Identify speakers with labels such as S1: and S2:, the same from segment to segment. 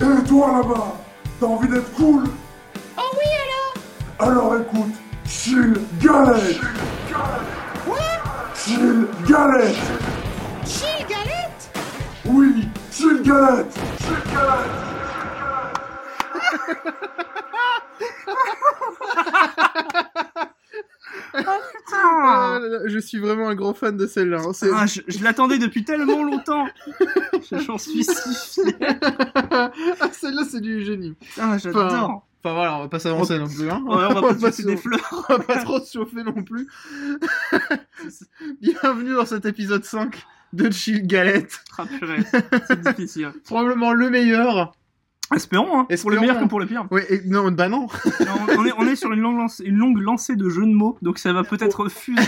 S1: Hé toi là-bas, t'as envie d'être cool
S2: Oh oui alors
S1: Alors écoute, chill galette
S2: Quoi
S1: Chill galette
S2: Chill galette
S1: Oui, chill galette Chill galette
S3: Ah, là, là, je suis vraiment un gros fan de celle-là. hein. C'est-
S4: Ah, je, je l'attendais depuis tellement longtemps. J'en suis si fier.
S3: Ah, celle-là, c'est du génie.
S4: Putain, j'adore.
S3: Enfin voilà, on va pas s'avancer non plus. hein.
S4: Ouais, on va pas passer
S3: se-
S4: des fleurs.
S3: on va pas trop se chauffer non plus. Bienvenue dans cet épisode 5 de Chill Galette.
S4: Ah, purée, C'est difficile.
S3: Probablement le meilleur.
S4: Espérons, hein. Pour le
S3: Espérons.
S4: meilleur comme pour le pire.
S3: Ouais, et- non, bah non.
S4: Non, on, est, on est sur une longue, lance- une longue lancée de jeux de mots, donc ça va peut-être fuser,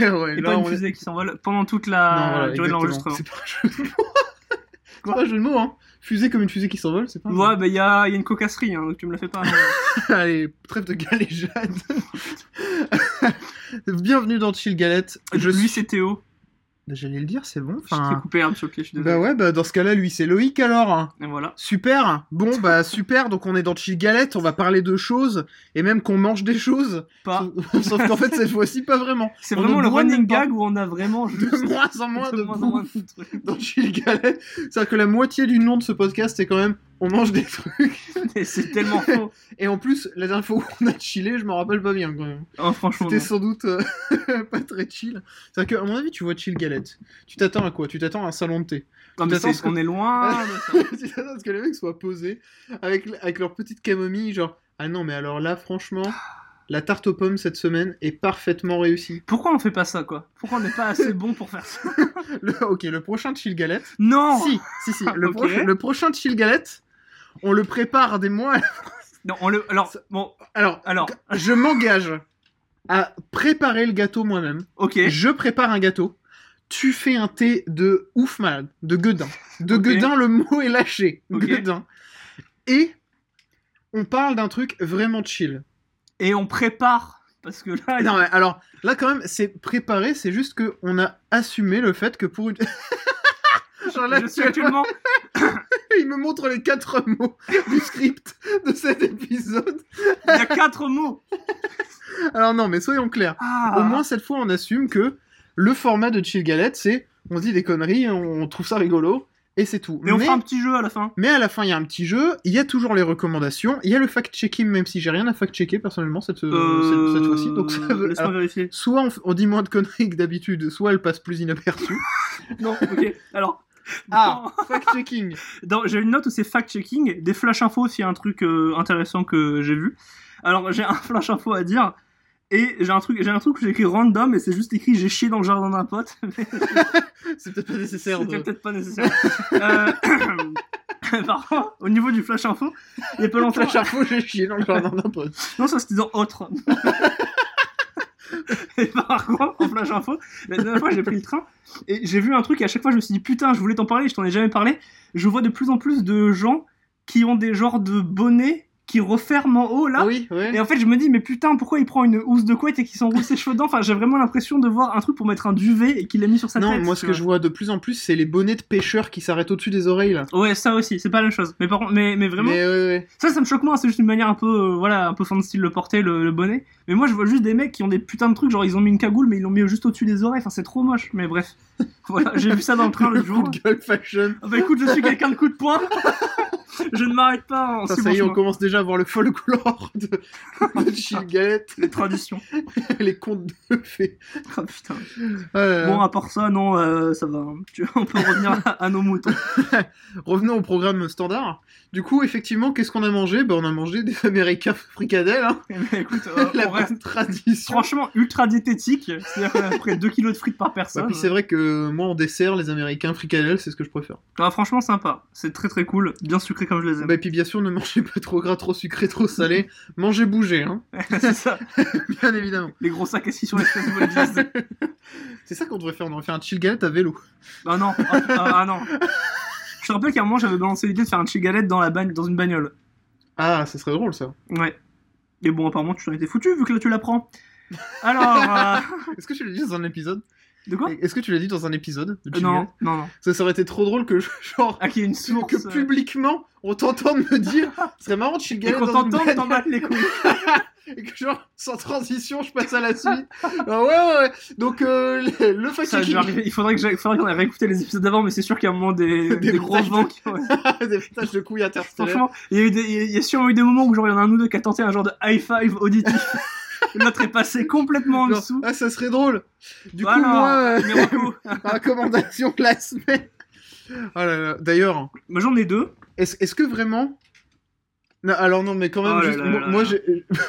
S3: ouais,
S4: et
S3: Oh. là,
S4: pas une
S3: on est-
S4: fusée Ah, qui s'envole pendant toute
S3: Non,
S4: la
S3: voilà,
S4: durée de
S3: exactement.
S4: l'enregistrement.
S3: C'est pas un jeu de mots. C'est pas un jeu de mots, hein. Fusée comme une fusée qui s'envole, c'est pas. un jeu de
S4: Ouais, bah il y a, y a une cocasserie, hein, donc tu me la fais pas.
S3: Allez, trêve de galéjade. Bienvenue dans Chill Galette. Je
S4: Lui,
S3: suis...
S4: c'est Théo.
S3: Bah, J'allais le dire, c'est bon.
S4: Je t'ai
S3: Enfin...
S4: coupé herbe sur le pied, je suis désolé.
S3: Bah ouais, bah dans ce cas-là, lui, c'est Loïc alors. hein.
S4: Et voilà.
S3: Super. Bon, bah super. Donc on est dans Chill Galette. On va parler de choses et même qu'on mange des choses.
S4: Pas.
S3: Sauf- Sauf qu'en fait, cette fois-ci, pas vraiment.
S4: C'est
S3: on
S4: vraiment
S3: ne
S4: le
S3: boit
S4: running
S3: même pas.
S4: gag où on a vraiment juste
S3: De moins en moins de,
S4: de moins en moins de trucs.
S3: dans Chill Galette. C'est-à-dire que la moitié du nom de ce podcast, c'est quand même on mange des trucs.
S4: Et C'est tellement faux.
S3: Et en plus, la dernière fois où on a chillé, je m'en rappelle pas bien quand même.
S4: Oh, franchement.
S3: C'était
S4: non.
S3: sans doute euh, pas très chill. C'est-à-dire qu'à mon avis, tu vois chill galette. Tu t'attends à quoi Tu t'attends à un salon de thé.
S4: Non, mais
S3: t'attends
S4: c'est-
S3: ce que-
S4: on est loin. de ça.
S3: tu t'attends à ce que les mecs soient posés avec, avec leur petite camomille, genre Ah non, mais alors là, franchement, la tarte aux pommes cette semaine est parfaitement réussie.
S4: Pourquoi on fait pas ça, quoi Pourquoi on n'est pas assez bon pour faire ça
S3: Le- ok, le prochain chill galette.
S4: Non
S3: Si, si, si. Le,
S4: Ok.
S3: proche- le prochain chill galette, on le prépare des mois.
S4: Non, on le. Alors, bon,
S3: Alors,
S4: alors,
S3: je m'engage à préparer le gâteau moi-même.
S4: ok.
S3: je prépare un gâteau, tu fais un thé de ouf malade, de guedin. De
S4: Ok.
S3: guedin, le mot est lâché.
S4: Ok.
S3: Guedin. Et on parle d'un truc vraiment chill.
S4: Et on prépare. Parce que là,
S3: Ah Non, mais alors là, quand même, c'est préparé, c'est juste que on a assumé le fait que pour une. Genre là,
S4: je suis
S3: tu vois,
S4: actuellement.
S3: il me montre les quatre mots du script de cet épisode.
S4: Il y a quatre mots.
S3: Alors non, mais soyons clairs.
S4: Ah.
S3: Au moins, cette fois, on assume que le format de Chill Galette, c'est on dit des conneries, on trouve ça rigolo, et c'est tout.
S4: Mais on fera un petit jeu à la fin.
S3: Mais à la fin, il y a un petit jeu, il y a toujours les recommandations, il y a le fact-checking, même si j'ai rien à fact-checker personnellement cette,
S4: Euh,
S3: cette, cette fois-ci. Donc ça veut... Ah.
S4: Laisse-moi
S3: alors,
S4: vérifier.
S3: soit on, f- on dit moins de conneries que d'habitude, soit elle passe plus inaperçue.
S4: Non, ok. Alors.
S3: Ah.
S4: dans-
S3: fact-checking
S4: dans- J'ai une note où c'est fact-checking, des flash infos s'il y a un truc euh, intéressant que j'ai vu. Alors j'ai un flash info à dire, et j'ai un truc, j'ai un truc où j'ai écrit random, et c'est juste écrit j'ai chié dans le jardin d'un pote.
S3: C'est peut-être pas
S4: C'était
S3: nécessaire. de-
S4: peut-être pas nécessaire. Euh, par contre, au niveau du flash info, il n'y a pas longtemps.
S3: Flash info, j'ai chié dans le jardin d'un pote.
S4: Non, ça c'était dans autre. et par contre, en flash info, la dernière fois j'ai pris le train et j'ai vu un truc et à chaque fois je me suis dit putain, je voulais t'en parler, je t'en ai jamais parlé. Je vois de plus en plus de gens qui ont des genres de bonnets qui referment en haut là.
S3: Ah oui, ouais.
S4: Et en fait, je me dis, mais putain, pourquoi il prend une housse de couette et qu'il s'enroule ses cheveux dedans Enfin, j'ai vraiment l'impression de voir un truc pour mettre un duvet et qu'il l'a mis sur sa
S3: Non,
S4: tête.
S3: moi ce
S4: tu
S3: que
S4: vois.
S3: je vois de plus en plus, c'est les bonnets de pêcheurs qui s'arrêtent au-dessus des oreilles là.
S4: Ouais, ça aussi, c'est pas la même chose. Mais par contre, mais, mais vraiment,
S3: Mais ouais, ouais.
S4: ça, ça me choque moins. C'est juste une manière un peu, euh, voilà, un peu fan de style le porter, le, le bonnet. Mais moi, je vois juste des mecs qui ont des putains de trucs, genre ils ont mis une cagoule, mais ils l'ont mis juste au-dessus des oreilles. Enfin, c'est trop moche. Mais bref, voilà, j'ai vu ça dans le train
S3: Le
S4: le
S3: coup
S4: jour.
S3: de gueule fashion.
S4: Ah bah écoute, je suis quelqu'un de coup de poing. je ne m'arrête pas hein, en
S3: Ça, ça y est, on
S4: subvention.
S3: commence déjà à voir le folklore de,
S4: Oh,
S3: de Chill Galette,
S4: Les traditions.
S3: les contes de fées.
S4: Ah, putain.
S3: Oh là là.
S4: Bon, à part ça, non, euh, ça va. hein. Tu- On peut revenir à, à nos moutons.
S3: Revenons au programme standard. Du coup, effectivement, qu'est-ce qu'on a mangé Ben, On a mangé des Américains fricadelles. hein.
S4: Mais écoute, euh,
S3: La
S4: on reste
S3: bonne tradition.
S4: franchement ultra diététique. C'est-à-dire qu'on a à peu près 2 kilos de frites par
S3: Bah,
S4: personne.
S3: puis c'est vrai que moi, en dessert, les Américains fricadelles, c'est ce que je préfère.
S4: Ah, franchement sympa. C'est très très cool. Bien sucré comme je les aime.
S3: Bah, et puis bien sûr, ne mangez pas trop gras, trop sucré, trop salé. mangez, bougez, hein.
S4: c'est ça.
S3: bien évidemment.
S4: Les gros sacs assis sur les fesses Moldies.
S3: C'est ça qu'on devrait faire, on devrait faire un chill galette à vélo.
S4: Ah non, ah, ah, ah non. Je te rappelle qu'à un moment j'avais balancé l'idée de faire un chigalette dans, la bagne- dans une bagnole.
S3: Ah, ça serait drôle ça.
S4: Ouais. Mais bon, apparemment tu t'en étais foutu vu que là tu l'apprends. Alors, euh,
S3: Est-ce que je l'ai dit dans un épisode
S4: De quoi
S3: Est-ce que tu l'as dit dans un épisode de
S4: Euh, Non,
S3: Chigurette
S4: non, non.
S3: Ça, ça aurait été trop drôle que, je- genre,
S4: Ah, qu'il y ait une source.
S3: que
S4: euh, publique
S3: publiquement, on t'entende me dire, ce serait marrant de
S4: Et
S3: Chigurette
S4: qu'on
S3: dans une
S4: t'entende,
S3: bagnole.
S4: t'en battes les couilles.
S3: et que genre sans transition je passe à la suite Ah ouais ouais, ouais. donc euh, le, le
S4: Ça va
S3: fact-checking
S4: déjà arriver. Il faudrait que j'a- faudrait qu'on ait réécouté les épisodes d'avant, mais c'est sûr qu'à un moment, des,
S3: Des
S4: des gros
S3: montages de-
S4: vents. qui- ouais.
S3: Ah, des passages de couilles interstellaires
S4: Franchement, il y, a eu des- il y a- il y a sûrement eu des moments où genre il y en a un ou deux qui a tenté un genre de high five auditif. L'autre est passé complètement en
S3: Genre,
S4: dessous.
S3: ah ça serait drôle du
S4: Voilà,
S3: coup moi euh,
S4: Miracle.
S3: ma recommandation de la semaine oh là là. d'ailleurs
S4: Moi, j'en ai deux.
S3: est-ce est-ce que vraiment non, alors non mais quand même
S4: Oh là
S3: juste,
S4: là
S3: moi,
S4: là
S3: moi,
S4: là.
S3: j'ai-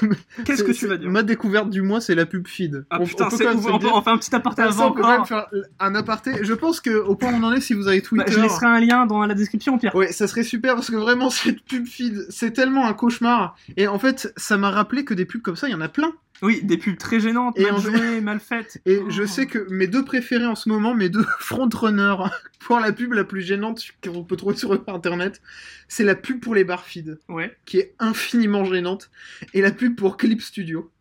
S3: euh,
S4: Qu'est-ce que
S3: c'est-
S4: tu vas dire
S3: ma découverte du mois c'est la pub feed
S4: Ah
S3: On-
S4: putain,
S3: on peut
S4: c'est
S3: quand même
S4: ouf.
S3: se le
S4: on, peut-
S3: dire.
S4: on fait un petit aparté
S3: Ah, ça,
S4: avant
S3: on peut quand même
S4: encore.
S3: faire un aparté je pense que au point où on en est si vous avez Twitter
S4: Bah, je laisserai un lien dans la description, Pierre.
S3: Ouais, ça serait super parce que vraiment cette pub feed, c'est tellement un cauchemar. Et en fait, ça m'a rappelé que des pubs comme ça, il y en a plein.
S4: Oui, des pubs très gênantes,
S3: Et
S4: mal
S3: en-
S4: jouées, mal faites.
S3: Et je sais que mes deux préférés en ce moment, mes deux frontrunners pour la pub la plus gênante qu'on peut trouver sur internet, c'est la pub pour les bar feed,
S4: Ouais.
S3: qui est infiniment gênante, et la pub pour Clip Studio,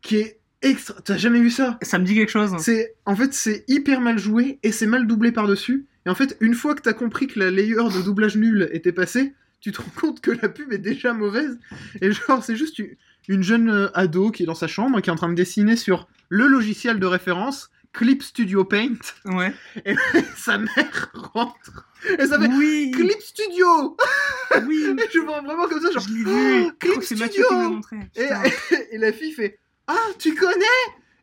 S3: qui est extra. T'as jamais vu ça
S4: Ça me dit quelque chose.
S3: C'est en fait c'est hyper mal joué et c'est mal doublé par dessus. Et en fait, une fois que t'as compris que la layer de doublage nul était passée, tu te rends compte que la pub est déjà mauvaise. Et genre c'est juste une- une jeune euh, ado qui est dans sa chambre qui est en train de dessiner sur le logiciel de référence Clip Studio Paint.
S4: Ouais.
S3: Et sa mère rentre et ça fait
S4: Oui,
S3: Clip Studio.
S4: oui.
S3: Et je vois vraiment comme ça genre
S4: Je l'ai vu.
S3: Oh,
S4: Je crois
S3: Clip
S4: que c'est Mathieu qui me l'a
S3: Studio.
S4: montré.
S3: Et,
S4: Putain.
S3: et la fille fait Ah, tu connais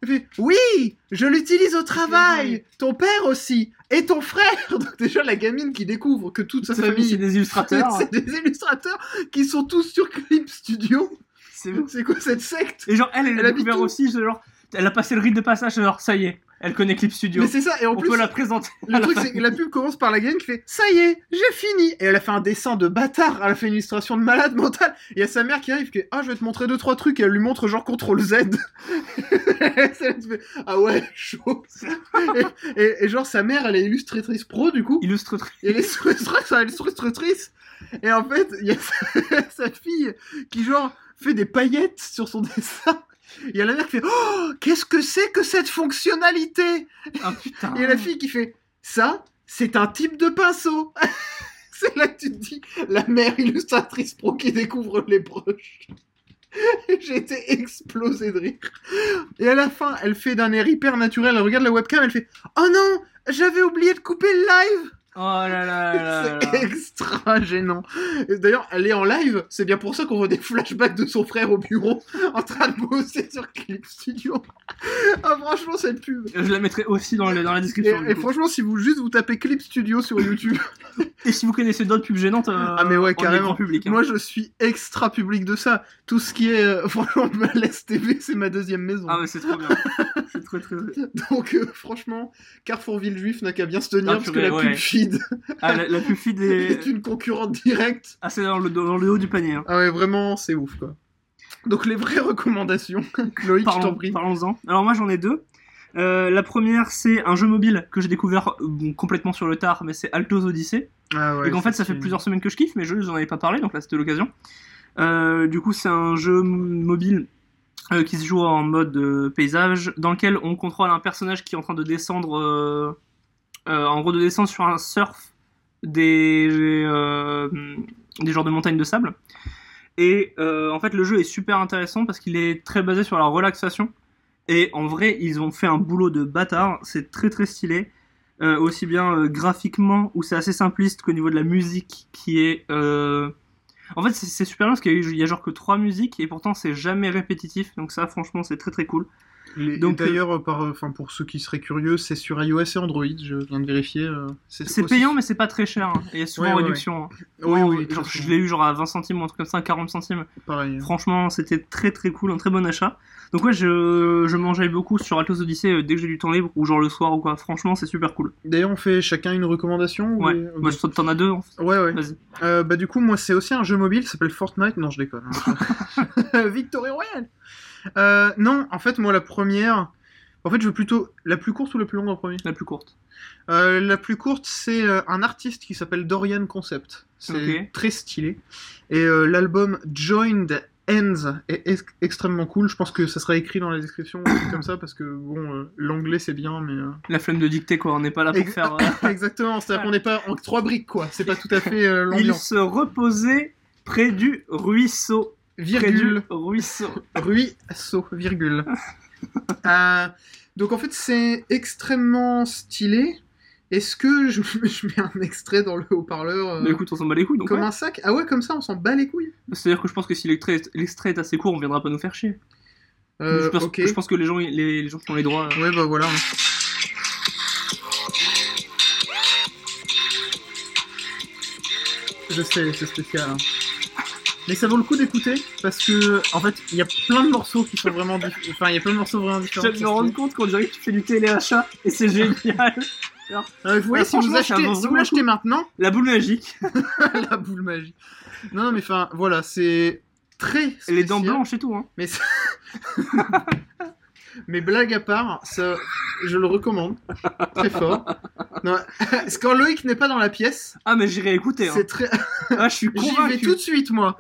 S3: Elle fait, Oui, je l'utilise au travail. Ton père aussi. Et ton frère. Donc, déjà, la gamine qui découvre que toute sa
S4: Cette famille, c'est
S3: famille.
S4: des illustrateurs.
S3: C'est des illustrateurs qui sont tous sur Clip Studio.
S4: c'est
S3: C'est quoi cette secte
S4: Et genre, elle, elle,
S3: Elle
S4: a
S3: habite
S4: découvert
S3: où
S4: aussi, c'est genre, elle a passé le rite de passage, genre, ça y est, elle connaît Clip Studio.
S3: Mais c'est ça. Et en
S4: On
S3: plus,
S4: peut la présenter.
S3: le truc, c'est que la pub commence par la gamine qui fait Ça y est, j'ai fini. Et elle a fait un dessin de bâtard. Elle a fait une illustration de malade mental. Et il y a sa mère qui arrive qui fait Ah, je vais te montrer deux, trois trucs. Et elle lui montre genre CTRL Z. Elle fait, ah ouais, chaud. et, et- et genre, sa mère, elle est illustratrice pro du coup.
S4: Illustre
S3: Et elle est illustratrice, elle est illustratrice. Et en fait, il y a sa, sa fille qui genre fait des paillettes sur son dessin. Il y a la mère qui fait Oh, qu'est-ce que c'est que cette fonctionnalité
S4: Ah putain.
S3: et la fille qui fait ça, c'est un type de pinceau. c'est là que tu te dis la mère illustratrice pro qui découvre les broches. J'ai été explosé de rire. Et à la fin, elle fait d'un air hyper naturel, elle regarde la webcam, elle fait "Oh non, j'avais oublié de couper le live."
S4: Oh là là là là.
S3: c'est
S4: là.
S3: extra gênant. Et D'ailleurs, elle est en live, c'est bien pour ça qu'on voit des flashbacks de son frère au bureau en train de bosser sur Clip Studio. ah franchement, cette pub.
S4: Je la mettrai aussi dans, le- dans la
S3: Et,
S4: description.
S3: et
S4: du coup.
S3: franchement, si vous juste vous tapez Clip Studio sur YouTube,
S4: Et, si vous connaissez d'autres pubs gênantes, euh,
S3: Ah, mais
S4: on
S3: ouais,
S4: est
S3: carrément.
S4: grand public. hein.
S3: moi je suis extra public de ça. Tout ce qui est euh, franchement Malaise TV, c'est ma deuxième maison.
S4: Ah ouais, c'est trop bien. c'est très très.
S3: Donc euh, franchement, Carrefour Villejuif n'a qu'à bien se tenir
S4: Ah,
S3: parce que
S4: purée,
S3: la
S4: ouais.
S3: pub feed
S4: Ah, la, la pub feed
S3: est
S4: est.
S3: une concurrente directe.
S4: Ah, c'est dans le, dans le haut du panier. hein.
S3: Ah ouais, vraiment, c'est ouf quoi. Donc les vraies recommandations, Loïc, je t'en
S4: Parlons-
S3: prie.
S4: Parlons-en. Alors moi j'en ai deux. Euh, la première c'est un jeu mobile que j'ai découvert euh, bon, complètement sur le tard, mais c'est Altos Odyssey.
S3: Ah ouais,
S4: et qu'en fait, ça
S3: c'est
S4: fait
S3: une-
S4: plusieurs semaines que je kiffe, mais je vous en avais pas parlé, donc là c'était l'occasion. Euh, du coup, c'est un jeu m- mobile euh, qui se joue en mode euh, paysage, dans lequel on contrôle un personnage qui est en train de descendre, euh, euh, en gros de descendre sur un surf des, euh, des genres de montagnes de sable. Et euh, en fait, le jeu est super intéressant parce qu'il est très basé sur la relaxation. Et en vrai, ils ont fait un boulot de bâtard. C'est très très stylé. Euh, aussi bien euh, graphiquement, où c'est assez simpliste, qu'au niveau de la musique, qui est. euh, En fait, c'est- c'est super bien parce qu'il y a- il y a genre que trois musiques et pourtant c'est jamais répétitif. Donc, ça, franchement, c'est très très cool.
S3: Les- et
S4: donc,
S3: d'ailleurs, euh, par, euh, 'fin, pour ceux qui seraient curieux, c'est sur iOS et Android, je viens de vérifier. euh,
S4: C'est
S3: aussi-
S4: payant, mais c'est pas très cher. hein, Et il y a souvent
S3: Ouais, ouais,
S4: réduction. hein.
S3: Oui, oui,
S4: Genre, je
S3: très
S4: l'ai
S3: bien.
S4: eu genre à 20 centimes, ou un truc comme ça, 40 centimes.
S3: pareil.
S4: Franchement, c'était très très cool, un très bon achat. Donc ouais, je, je mangeais beaucoup sur Atlas Odyssey euh, dès que j'ai du temps libre ou genre le soir ou quoi. Franchement, c'est super cool.
S3: D'ailleurs, on fait chacun une recommandation ou-
S4: Ouais.
S3: Ok.
S4: Moi, je saute t'en as deux. En fait.
S3: Ouais, ouais.
S4: Vas-y.
S3: Euh, bah, du coup, moi, c'est aussi un jeu mobile, ça s'appelle Fortnite. Non, je déconne. hein. Victory Royale Euh, Non, en fait, moi, la première. En fait, je veux plutôt. La plus courte ou la plus longue en premier
S4: La plus courte.
S3: Euh, La plus courte, c'est euh, un artiste qui s'appelle Dorian Concept. C'est
S4: Ok.
S3: très stylé. Et euh, l'album Joined Ends est ex- extrêmement cool. Je pense que ça sera écrit dans la description ou un truc comme ça parce que bon, euh, l'anglais c'est bien, mais euh,
S4: La flemme de dicter, quoi. On n'est pas là pour
S3: Ex-
S4: faire. euh,
S3: exactement. C'est-à-dire qu'on n'est pas en trois briques quoi. C'est pas tout à fait euh,
S4: Il
S3: l'ambiance.
S4: se reposait près du ruisseau. Près du
S3: Virgule,
S4: ruisseau.
S3: ruisseau, virgule. Euh, donc en fait c'est extrêmement stylé. Est-ce que je, je mets un extrait dans le haut-parleur euh,
S4: Mais écoute, on s'en bat les couilles. Donc
S3: comme
S4: ouais.
S3: un sac Ah ouais, comme ça on s'en bat les couilles.
S4: C'est-à-dire que je pense que si l'extrait est- l'extrait est assez court, on viendra pas nous faire chier.
S3: Euh,
S4: je, pense,
S3: ok.
S4: je pense que les gens, les, les gens qui ont les droits. euh,
S3: Ouais bah voilà. Je sais, c'est spécial. hein. Mais ça vaut le coup d'écouter parce que en fait il y a plein de morceaux qui sont vraiment diff- enfin il y a plein de morceaux vraiment
S4: Je
S3: différents.
S4: viens de me rendre compte qu'on dirait que tu fais du téléachat et c'est génial.
S3: Ah, vous voyez,
S4: Ouais,
S3: si vous
S4: franchement, ça
S3: achetez,
S4: vaut
S3: si vous
S4: vraiment le
S3: l'achetez maintenant,
S4: La boule magique,
S3: la boule magique. Non, non mais enfin voilà c'est très spécial,
S4: les dents blanches et tout. Hein.
S3: Mais ça- mais blague à part, ça je le recommande très fort. Non, parce que quand Loïc n'est pas dans la pièce,
S4: Ah, mais j'irai écouter. Hein.
S3: c'est très
S4: Ah, je suis
S3: J'y vais
S4: convaincu.
S3: tout de suite, moi.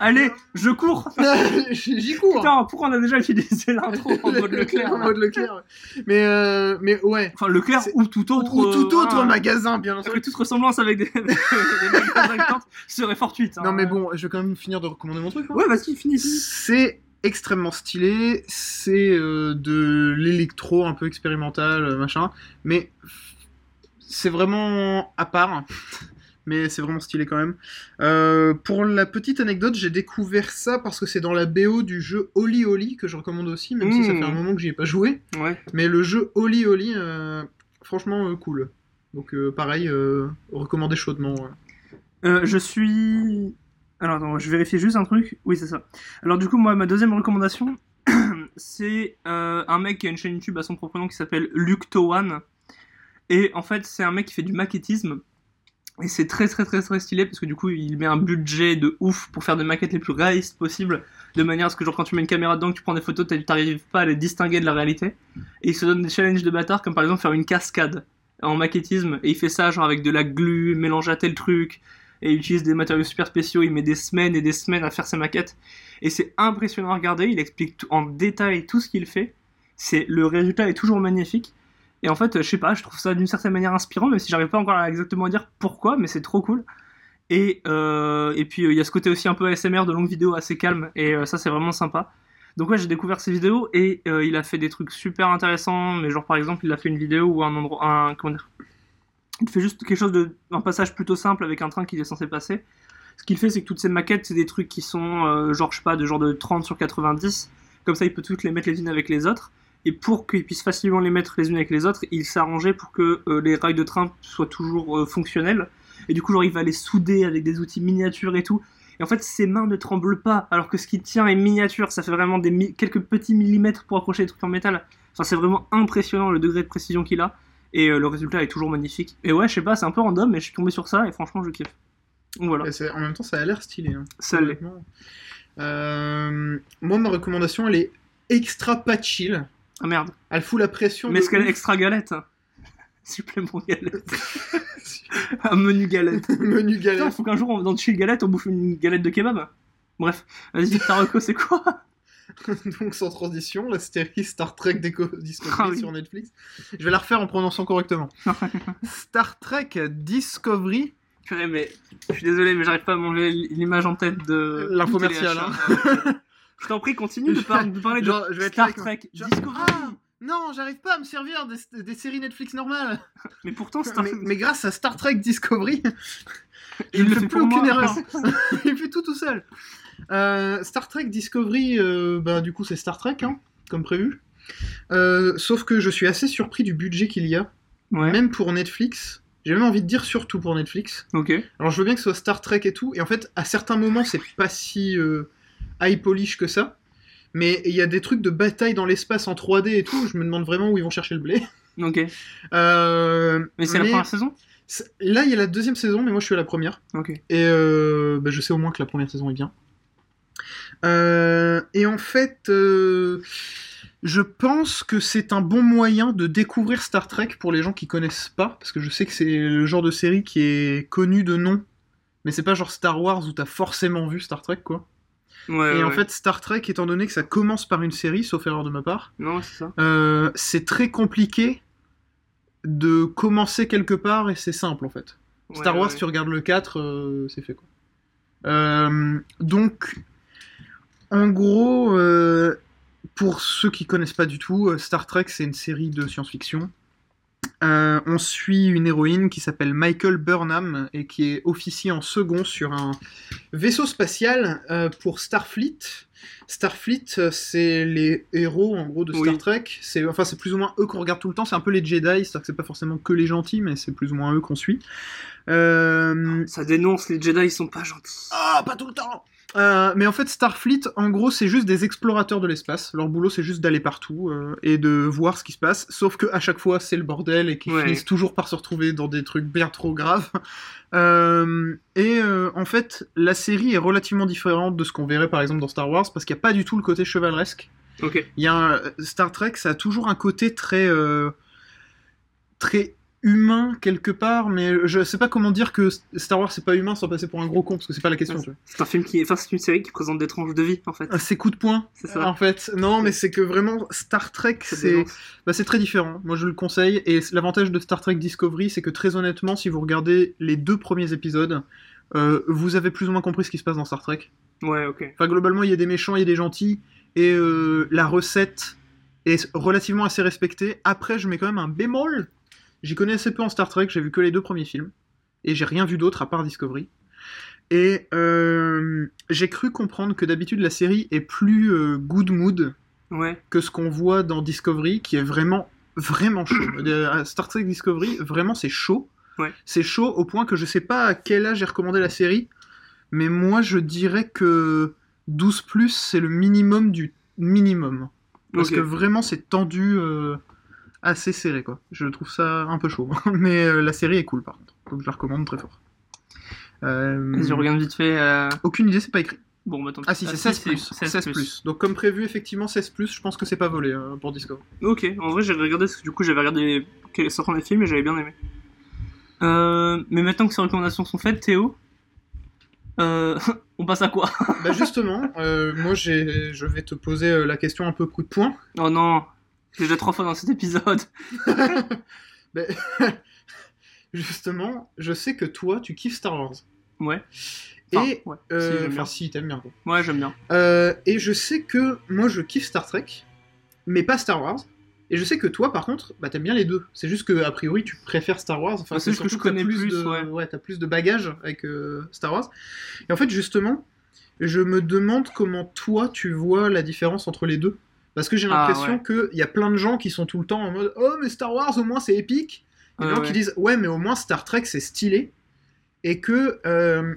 S4: Allez, je cours.
S3: J'y cours. hein.
S4: Putain, pourquoi on a déjà utilisé l'intro en mode Leclerc
S3: En
S4: là
S3: mode Leclerc, ouais. Mais, euh, mais ouais.
S4: Enfin, Leclerc
S3: C'est-
S4: ou tout autre.
S3: Ou tout
S4: euh,
S3: autre
S4: voilà.
S3: magasin, bien
S4: Parce
S3: sûr.
S4: que toute ressemblance avec des, des mecs très impactantes serait fortuite. hein.
S3: Non, mais bon, je vais quand même finir de recommander mon truc. hein.
S4: Ouais, vas-y, finis.
S3: C'est extrêmement stylé, c'est euh, de l'électro un peu expérimental, euh, machin, mais c'est vraiment à part, mais c'est vraiment stylé quand même. Euh, pour la petite anecdote, j'ai découvert ça parce que c'est dans la BO du jeu Oli Oli que je recommande aussi, même si ça
S4: Mm.
S3: fait un moment que j'y ai pas joué,
S4: Ouais.
S3: mais le jeu Oli Oli, euh, franchement euh, cool. Donc euh, pareil, euh, recommandé chaudement. ouais.
S4: Euh, je suis. Alors, attends, je vérifie juste un truc. Oui, c'est ça. Alors, du coup, moi, ma deuxième recommandation, c'est euh, un mec qui a une chaîne YouTube à son propre nom qui s'appelle Luke Towan. Et en fait, c'est un mec qui fait du maquettisme. Et c'est très, très, très, très stylé parce que du coup, il met un budget de ouf pour faire des maquettes les plus réalistes possibles. De manière à ce que, genre, quand tu mets une caméra dedans, que tu prends des photos, t'as- t'arrives pas à les distinguer de la réalité. Et il se donne des challenges de bâtard, comme par exemple faire une cascade en maquettisme. Et il fait ça, genre, avec de la glu, mélange à tel truc et il utilise des matériaux super spéciaux, il met des semaines et des semaines à faire ses maquettes, et c'est impressionnant à regarder, il explique tout- en détail tout ce qu'il fait, c'est le résultat est toujours magnifique, et en fait, euh, je sais pas, je trouve ça d'une certaine manière inspirant, même si j'arrive pas encore à exactement dire pourquoi, mais c'est trop cool. Et, euh, et puis euh, il y a ce côté aussi un peu ASMR de longues vidéos assez calmes, et euh, ça c'est vraiment sympa. Donc ouais, j'ai découvert ses vidéos, et euh, il a fait des trucs super intéressants, mais genre par exemple, il a fait une vidéo où un endroit, un, comment dire, il fait juste quelque chose de un passage plutôt simple avec un train qui est censé passer. Ce qu'il fait, c'est que toutes ces maquettes, c'est des trucs qui sont euh, genre je sais pas de genre de 30 sur 90. Comme ça, il peut toutes les mettre les unes avec les autres. Et pour qu'il puisse facilement les mettre les unes avec les autres, il s'est arrangé pour que euh, les rails de train soient toujours euh, fonctionnels. Et du coup, genre il va les souder avec des outils miniatures et tout. Et en fait, ses mains ne tremblent pas, alors que ce qu'il tient est miniature. Ça fait vraiment des mi- quelques petits millimètres pour accrocher des trucs en métal. Enfin, c'est vraiment impressionnant le degré de précision qu'il a. Et euh, le résultat est toujours magnifique. Et ouais, je sais pas, c'est un peu random, mais je suis tombé sur ça et franchement, je kiffe. Donc voilà,
S3: Et c'est- En même temps, ça a l'air stylé. hein.
S4: ça l'est.
S3: Honnêtement. Euh, moi, ma recommandation, elle est extra pas chill.
S4: Ah merde.
S3: Elle fout la pression.
S4: Mais
S3: de
S4: est-ce qu'elle est
S3: ouf.
S4: extra galette hein Supplément galette. un menu galette.
S3: Menu
S4: Putain,
S3: galère.
S4: faut qu'un jour, on, dans Chill Galette, on bouffe une galette de kebab. Bref, vas-y, ta reco, c'est quoi
S3: Donc, sans transition, la série Star Trek Déco- Discovery
S4: Ah oui.
S3: sur Netflix. Je vais la refaire en prononçant correctement. Star Trek Discovery.
S4: Purée, mais je suis désolé, mais j'arrive pas à manger l'image en tête de.
S3: L'infomercial,
S4: du téléachat. je t'en prie, continue de, par- de parler de
S3: hein. Genre, je vais être
S4: Star
S3: là avec ma-
S4: Trek
S3: Genre-
S4: Discovery.
S3: Ah non, j'arrive pas à me servir des, des séries Netflix normales.
S4: Mais pourtant, Star
S3: Mais,
S4: Trek.
S3: mais grâce à Star Trek Discovery, je
S4: Il
S3: ne
S4: le
S3: fais
S4: fait
S3: plus
S4: pour
S3: aucune
S4: moi.
S3: erreur. Il fait tout tout seul. Euh, Star Trek Discovery, euh, bah, du coup, c'est Star Trek, hein, comme prévu. Euh, sauf que je suis assez surpris du budget qu'il y a,
S4: Ouais,
S3: même pour Netflix. J'ai même envie de dire surtout pour Netflix.
S4: ok.
S3: Alors je veux bien que ce soit Star Trek et tout, et en fait, à certains moments, c'est pas si euh, high polish que ça. Mais il y a des trucs de bataille dans l'espace en 3D et tout, je me demande vraiment où ils vont chercher le blé.
S4: Ok.
S3: Euh,
S4: Mais c'est la première saison
S3: c'est- Là, il y a la deuxième saison, mais moi je suis à la première.
S4: Ok.
S3: Et euh, bah, je sais au moins que la première saison est bien. Euh, et en fait, euh, je pense que c'est un bon moyen de découvrir Star Trek pour les gens qui connaissent pas, parce que je sais que c'est le genre de série qui est connu de nom, mais c'est pas genre Star Wars où t'as forcément vu Star Trek, quoi.
S4: Ouais,
S3: et en
S4: Euh, ouais.
S3: fait, Star Trek, étant donné que ça commence par une série, sauf erreur de ma part,
S4: Non, c'est ça.
S3: euh, c'est très compliqué de commencer quelque part et c'est simple en fait. Star
S4: Ouais,
S3: Wars,
S4: ouais.
S3: tu regardes le 4, euh, c'est fait quoi. Euh, donc, en gros, euh, pour ceux qui connaissent pas du tout, euh, Star Trek, c'est une série de science-fiction. Euh, on suit une héroïne qui s'appelle Michael Burnham et qui est officier en second sur un vaisseau spatial euh, pour Starfleet. Starfleet, euh, c'est les héros en gros de Star
S4: Oui.
S3: Trek. C'est enfin c'est plus ou moins eux qu'on regarde tout le temps. C'est un peu les Jedi, c'est-à-dire que c'est pas forcément que les gentils, mais c'est plus ou moins eux qu'on suit. Euh,
S4: Ça dénonce, les Jedi ils sont pas gentils.
S3: ah, pas tout le temps Euh, mais en fait, Starfleet, en gros, c'est juste des explorateurs de l'espace. Leur boulot, c'est juste d'aller partout euh, et de voir ce qui se passe. Sauf que à chaque fois, c'est le bordel et qu'ils
S4: Ouais.
S3: finissent toujours par se retrouver dans des trucs bien trop graves. Euh, et euh, en fait, la série est relativement différente de ce qu'on verrait par exemple dans Star Wars parce qu'il n'y a pas du tout le côté chevaleresque.
S4: Ok.
S3: Il y a un- Star Trek, ça a toujours un côté très euh, très humain quelque part, mais je sais pas comment dire que Star Wars c'est pas humain sans passer pour un gros con parce que c'est pas la question.
S4: Ouais,
S3: tu vois.
S4: Ah, C'est un film qui, enfin, c'est une série qui présente des tranches de vie en fait.
S3: Ah, C'est coup de poing
S4: C'est ça.
S3: en fait. Non, mais c'est que vraiment Star Trek
S4: Ça
S3: c'est
S4: dénonce.
S3: bah, c'est très différent. Moi je le conseille et c- l'avantage de Star Trek Discovery c'est que très honnêtement si vous regardez les deux premiers épisodes euh, vous avez plus ou moins compris ce qui se passe dans Star Trek.
S4: Ouais, ok.
S3: Enfin, globalement, il y a des méchants, il y a des gentils, et euh, la recette est relativement assez respectée. Après, je mets quand même un bémol. J'y connais assez peu en Star Trek, j'ai vu que les deux premiers films, et j'ai rien vu d'autre à part Discovery. Et euh, j'ai cru comprendre que d'habitude la série est plus euh, good mood
S4: Ouais.
S3: que ce qu'on voit dans Discovery, qui est vraiment, vraiment chaud. Euh, à Star Trek Discovery, vraiment, c'est chaud.
S4: Ouais.
S3: C'est chaud au point que je sais pas à quel âge j'ai recommandé la série, mais moi, je dirais que 12 plus, c'est le minimum du minimum. Parce
S4: Ok.
S3: que vraiment, c'est tendu, euh, assez serré, quoi. Je trouve ça un peu chaud. mais euh, la série est cool, par contre. Donc, je la recommande très fort. Euh,
S4: Vas-y, regarde vite fait. euh,
S3: Aucune idée, c'est pas écrit.
S4: Bon, bah tant pis.
S3: Ah si, c'est 16 plus.
S4: 16
S3: 16 plus. Donc comme prévu, effectivement, 16 plus. Je pense que c'est pas volé euh, pour Disco.
S4: Ok, en vrai, j'ai regardé parce que du coup, j'avais regardé les sortant les films et j'avais bien aimé. Euh, mais maintenant que ces recommandations sont faites, Théo, euh, on passe à quoi
S3: Bah justement, euh, moi j'ai, je vais te poser euh, la question un peu coup de poing.
S4: Oh non, j'ai déjà trois fois dans cet épisode.
S3: Mais justement, je sais que toi tu kiffes Star Wars.
S4: Ouais. Enfin,
S3: Et
S4: ouais.
S3: euh,
S4: si, j'aime
S3: enfin,
S4: bien.
S3: si, t'aimes bien. quoi.
S4: Ouais, j'aime bien.
S3: Euh, et je sais que moi je kiffe Star Trek, mais pas Star Wars. Et je sais que toi, par contre, bah, t'aimes bien les deux. C'est juste que, a priori, tu préfères Star Wars. Enfin,
S4: Bah, c'est ce que
S3: surtout
S4: je connais
S3: t'as
S4: plus,
S3: de,
S4: ouais.
S3: t'as plus de bagages avec euh, Star Wars. Et en fait, justement, je me demande comment toi, tu vois la différence entre les deux. Parce que j'ai
S4: Ah,
S3: l'impression que qu'il y a plein de gens qui sont tout le temps en mode Oh, mais Star Wars, au moins, c'est épique. Et
S4: Ouais,
S3: d'autres
S4: ouais.
S3: qui disent Ouais, mais au moins, Star Trek, c'est stylé. Et que. euh,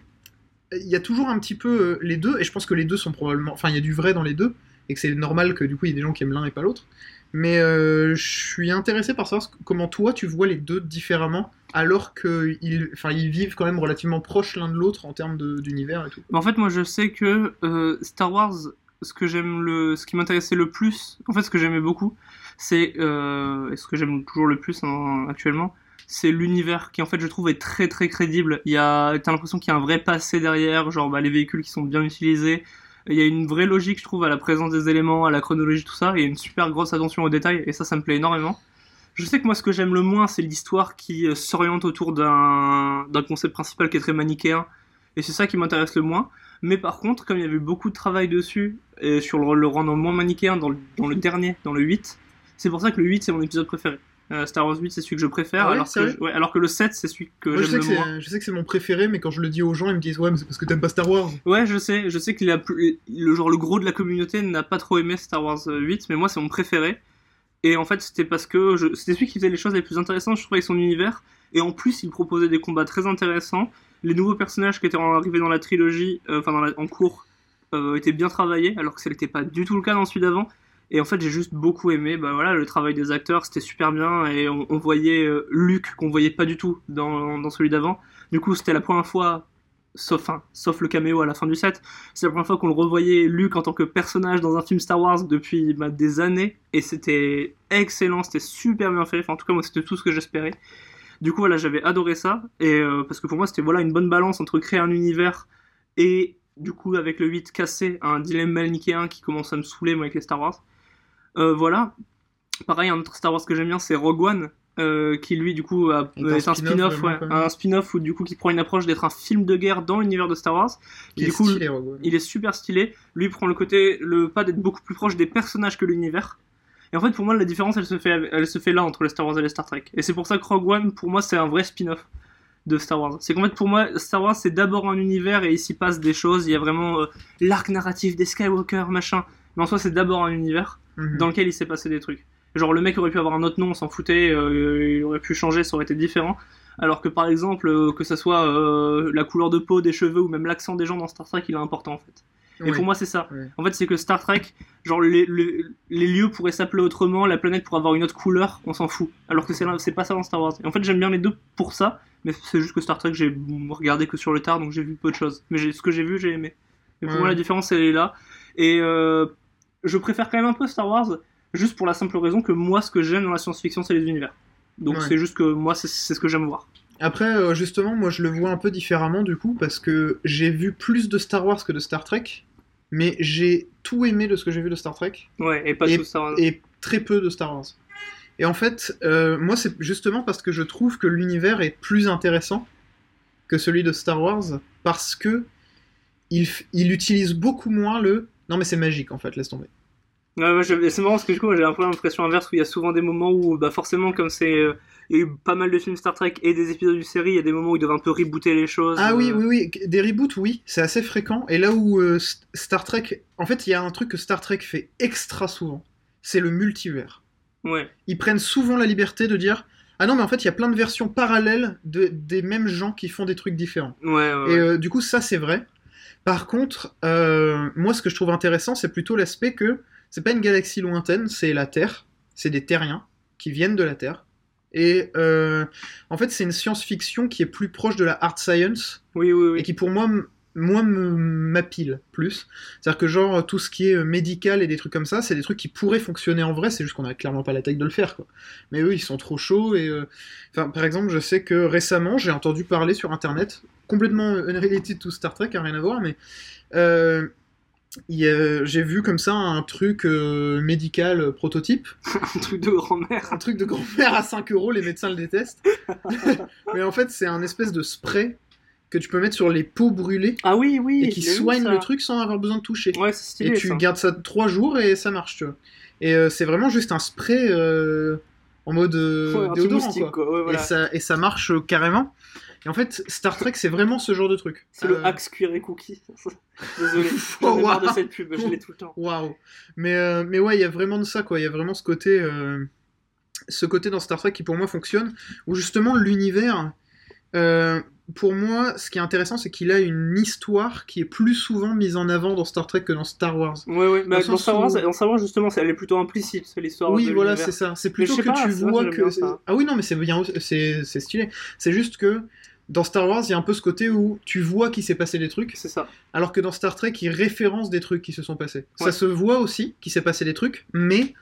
S3: il y a toujours un petit peu euh, les deux, et je pense que les deux sont probablement. Enfin, il y a du vrai dans les deux, et que c'est normal que du coup il y ait des gens qui aiment l'un et pas l'autre. Mais euh, je suis intéressé par savoir ce- comment toi tu vois les deux différemment, alors qu'ils enfin, ils vivent quand même relativement proches l'un de l'autre en termes de- d'univers et tout.
S4: Mais en fait, moi, je sais que euh, Star Wars, ce que j'aime le, ce qui m'intéressait le plus, en fait, ce que j'aimais beaucoup, c'est euh, et ce que j'aime toujours le plus hein, actuellement, c'est l'univers qui, en fait, je trouve est très très crédible. Il y a, t'as l'impression qu'il y a un vrai passé derrière, genre bah, les véhicules qui sont bien utilisés. Il y a une vraie logique, je trouve, à la présence des éléments, à la chronologie, tout ça. Il y a une super grosse attention aux détails, et ça, ça me plaît énormément. Je sais que moi, ce que j'aime le moins, c'est l'histoire qui euh, s'oriente autour d'un d'un concept principal qui est très manichéen, et c'est ça qui m'intéresse le moins. Mais par contre, comme il y avait beaucoup de travail dessus, et sur le, le rendant moins manichéen dans le, dans le dernier, dans le 8, c'est pour ça que le 8 c'est mon épisode préféré. Euh, Star Wars 8 c'est celui que je préfère,
S3: Ah ouais,
S4: alors, que,
S3: sérieux
S4: je- ouais, alors que le 7 c'est celui que
S3: Moi, je, sais
S4: Euh, j'aime
S3: que
S4: le moins.
S3: c'est- je sais que c'est mon préféré, mais quand je le dis aux gens, ils me disent Ouais, mais c'est parce que t'aimes pas Star Wars.
S4: Ouais, je sais, je sais que la plus- le genre le gros de la communauté n'a pas trop aimé Star Wars euh, 8, mais moi c'est mon préféré. Et en fait, c'était parce que je- c'était celui qui faisait les choses les plus intéressantes, je trouvais, avec son univers. Et en plus, il proposait des combats très intéressants. Les nouveaux personnages qui étaient arrivés dans la trilogie, euh, enfin dans la- en cours, euh, étaient bien travaillés, alors que ce n'était pas du tout le cas dans celui d'avant. Et en fait, j'ai juste beaucoup aimé. Bah voilà, le travail des acteurs, c'était super bien. Et on, on voyait euh, Luke qu'on voyait pas du tout dans, dans celui d'avant. Du coup, c'était la première fois sauf, enfin, sauf le caméo à la fin du set. C'est la première fois qu'on le revoyait, Luke, en tant que personnage dans un film Star Wars depuis bah, des années. Et c'était excellent, c'était super bien fait. Enfin, en tout cas, moi, c'était tout ce que j'espérais. Du coup, voilà, j'avais adoré ça. Et, euh, parce que pour moi, c'était voilà, une bonne balance entre créer un univers et du coup avec le 8 cassé, un dilemme manichéen qui commence à me saouler moi avec les Star Wars. Euh, voilà. Pareil, un autre Star Wars que j'aime bien, c'est Rogue One, euh, qui lui du coup a-
S3: Est un
S4: est un
S3: spin-off,
S4: spin-off,
S3: vraiment,
S4: ouais,
S3: quand même.
S4: un spin-off où du coup qui prend une approche d'être un film de guerre dans l'univers de Star Wars.
S3: Il
S4: Du
S3: est
S4: coup,
S3: stylé, Rogue One.
S4: Il est super stylé. Lui prend le côté, le pas d'être beaucoup plus proche des personnages que l'univers. Et en fait, pour moi, la différence, elle se fait, elle se fait là entre les Star Wars et les Star Trek. Et c'est pour ça que Rogue One, pour moi, c'est un vrai spin-off de Star Wars. C'est qu'en fait, pour moi, Star Wars, c'est d'abord un univers et il s'y passe des choses. Il y a vraiment euh, l'arc narratif des Skywalker, machin. Mais en soi, c'est d'abord un univers
S3: Mhm.
S4: dans lequel il s'est passé des trucs. Genre le mec aurait pu avoir un autre nom, on s'en foutait, euh, il aurait pu changer, ça aurait été différent. Alors que par exemple, euh, que ça soit euh, la couleur de peau, des cheveux ou même l'accent des gens dans Star Trek, il est important en fait. Et
S3: Ouais.
S4: pour moi, c'est ça.
S3: Ouais.
S4: En fait, c'est que Star Trek, genre les, les- les lieux pourraient s'appeler autrement, la planète pourrait avoir une autre couleur, on s'en fout. Alors que c'est là- c'est pas ça dans Star Wars. Et en fait, j'aime bien les deux pour ça, mais c'est juste que Star Trek, j'ai regardé que sur le tard, donc j'ai vu peu de choses. Mais j'ai- ce que j'ai vu, j'ai aimé. Et pour
S3: Ouais.
S4: moi, la différence, elle est là. Et euh, je préfère quand même un peu Star Wars, juste pour la simple raison que moi, ce que j'aime dans la science-fiction, c'est les univers. Donc
S3: Ouais.
S4: c'est juste que moi, c'est c'est ce que j'aime voir.
S3: Après, euh, justement, moi je le vois un peu différemment du coup, parce que j'ai vu plus de Star Wars que de Star Trek, mais j'ai tout aimé de ce que j'ai vu de Star Trek,
S4: Ouais, et pas
S3: Et-
S4: tout Star Wars.
S3: et très peu de Star Wars. Et en fait, euh, moi c'est justement parce que je trouve que l'univers est plus intéressant que celui de Star Wars, parce que il, f- il utilise beaucoup moins le. Non mais c'est magique en fait, laisse tomber.
S4: Ouais, ouais, j'avais- c'est marrant parce que du coup, moi, j'ai un peu l'impression inverse où il y a souvent des moments où, bah, forcément, comme c'est. euh, il y a eu pas mal de films Star Trek et des épisodes du série, il y a des moments où ils doivent un peu rebooter les choses.
S3: Ah oui,
S4: euh,
S3: oui, oui, des reboots, oui, c'est assez fréquent. Et là où euh, S- Star Trek. En fait, il y a un truc que Star Trek fait extra souvent, c'est le multivers.
S4: Ouais,
S3: Ils prennent souvent la liberté de dire Ah non, mais en fait, il y a plein de versions parallèles de, des mêmes gens qui font des trucs différents.
S4: ouais, ouais. Ah ouais.
S3: Et euh, du coup, ça, c'est vrai. Par contre, euh, moi, ce que je trouve intéressant, c'est plutôt l'aspect que c'est pas une galaxie lointaine, c'est la Terre. C'est des terriens qui viennent de la Terre. Et euh, en fait, c'est une science-fiction qui est plus proche de la hard science
S4: Oui, oui, oui.
S3: et qui pour moi m- moi me m'appile plus. C'est-à-dire que genre tout ce qui est euh, médical et des trucs comme ça, c'est des trucs qui pourraient fonctionner en vrai, c'est juste qu'on a clairement pas la tech de le faire quoi. Mais eux ils sont trop chauds et euh, enfin par exemple, je sais que récemment, j'ai entendu parler sur internet complètement euh, unrelated to Star Trek, hein, rien à voir mais euh, il y a- j'ai vu comme ça un truc euh, médical euh, prototype,
S4: Un truc de grand-mère.
S3: un truc de grand-père à 5 euros, les médecins le détestent. mais en fait, c'est un espèce de spray que tu peux mettre sur les peaux brûlées
S4: Ah oui, oui.
S3: et qui
S4: j'ai vu
S3: soigne
S4: ça.
S3: le truc sans avoir besoin de toucher.
S4: Ouais, c'est
S3: et
S4: stylé.
S3: tu
S4: ça.
S3: gardes ça trois jours et ça marche, tu vois. Et euh, c'est vraiment juste un spray euh, en mode euh,
S4: Ouais, un petit
S3: déodorant,
S4: moustique,
S3: quoi.
S4: quoi. Ouais, voilà.
S3: Et, ça, et ça marche euh, carrément. Et en fait, Star Trek, c'est vraiment ce genre de truc.
S4: C'est le
S3: Euh,
S4: axe cuir et cookie. Désolé, j'en ai marre de cette pub, je l'ai tout le temps.
S3: Waouh. Mais, euh, mais ouais, il y a vraiment de ça, quoi. Il y a vraiment ce côté, euh, ce côté dans Star Trek qui, pour moi, fonctionne. Où justement, l'univers, euh, pour moi, ce qui est intéressant, c'est qu'il a une histoire qui est plus souvent mise en avant dans Star Trek que dans Star Wars.
S4: Ouais, ouais, mais
S3: Dans
S4: dans,
S3: le sens
S4: Star Wars,
S3: où-
S4: dans Star Wars, justement, c'est- elle est plutôt implicite, l'histoire.
S3: euh. Oui,
S4: de
S3: voilà,
S4: l'univers.
S3: c'est ça. C'est plutôt
S4: je sais
S3: que
S4: pas,
S3: tu
S4: ça,
S3: vois
S4: j'aime
S3: que.
S4: bien ça.
S3: Ah oui, non, mais c'est bien, c'est c'est stylé. C'est juste que dans Star Wars, il y a un peu ce côté où tu vois qu'il s'est passé des trucs,
S4: C'est ça.
S3: alors que dans Star Trek, ils référencent des trucs qui se sont passés. Ça
S4: Ouais.
S3: se voit aussi qu'il s'est passé des trucs, mais.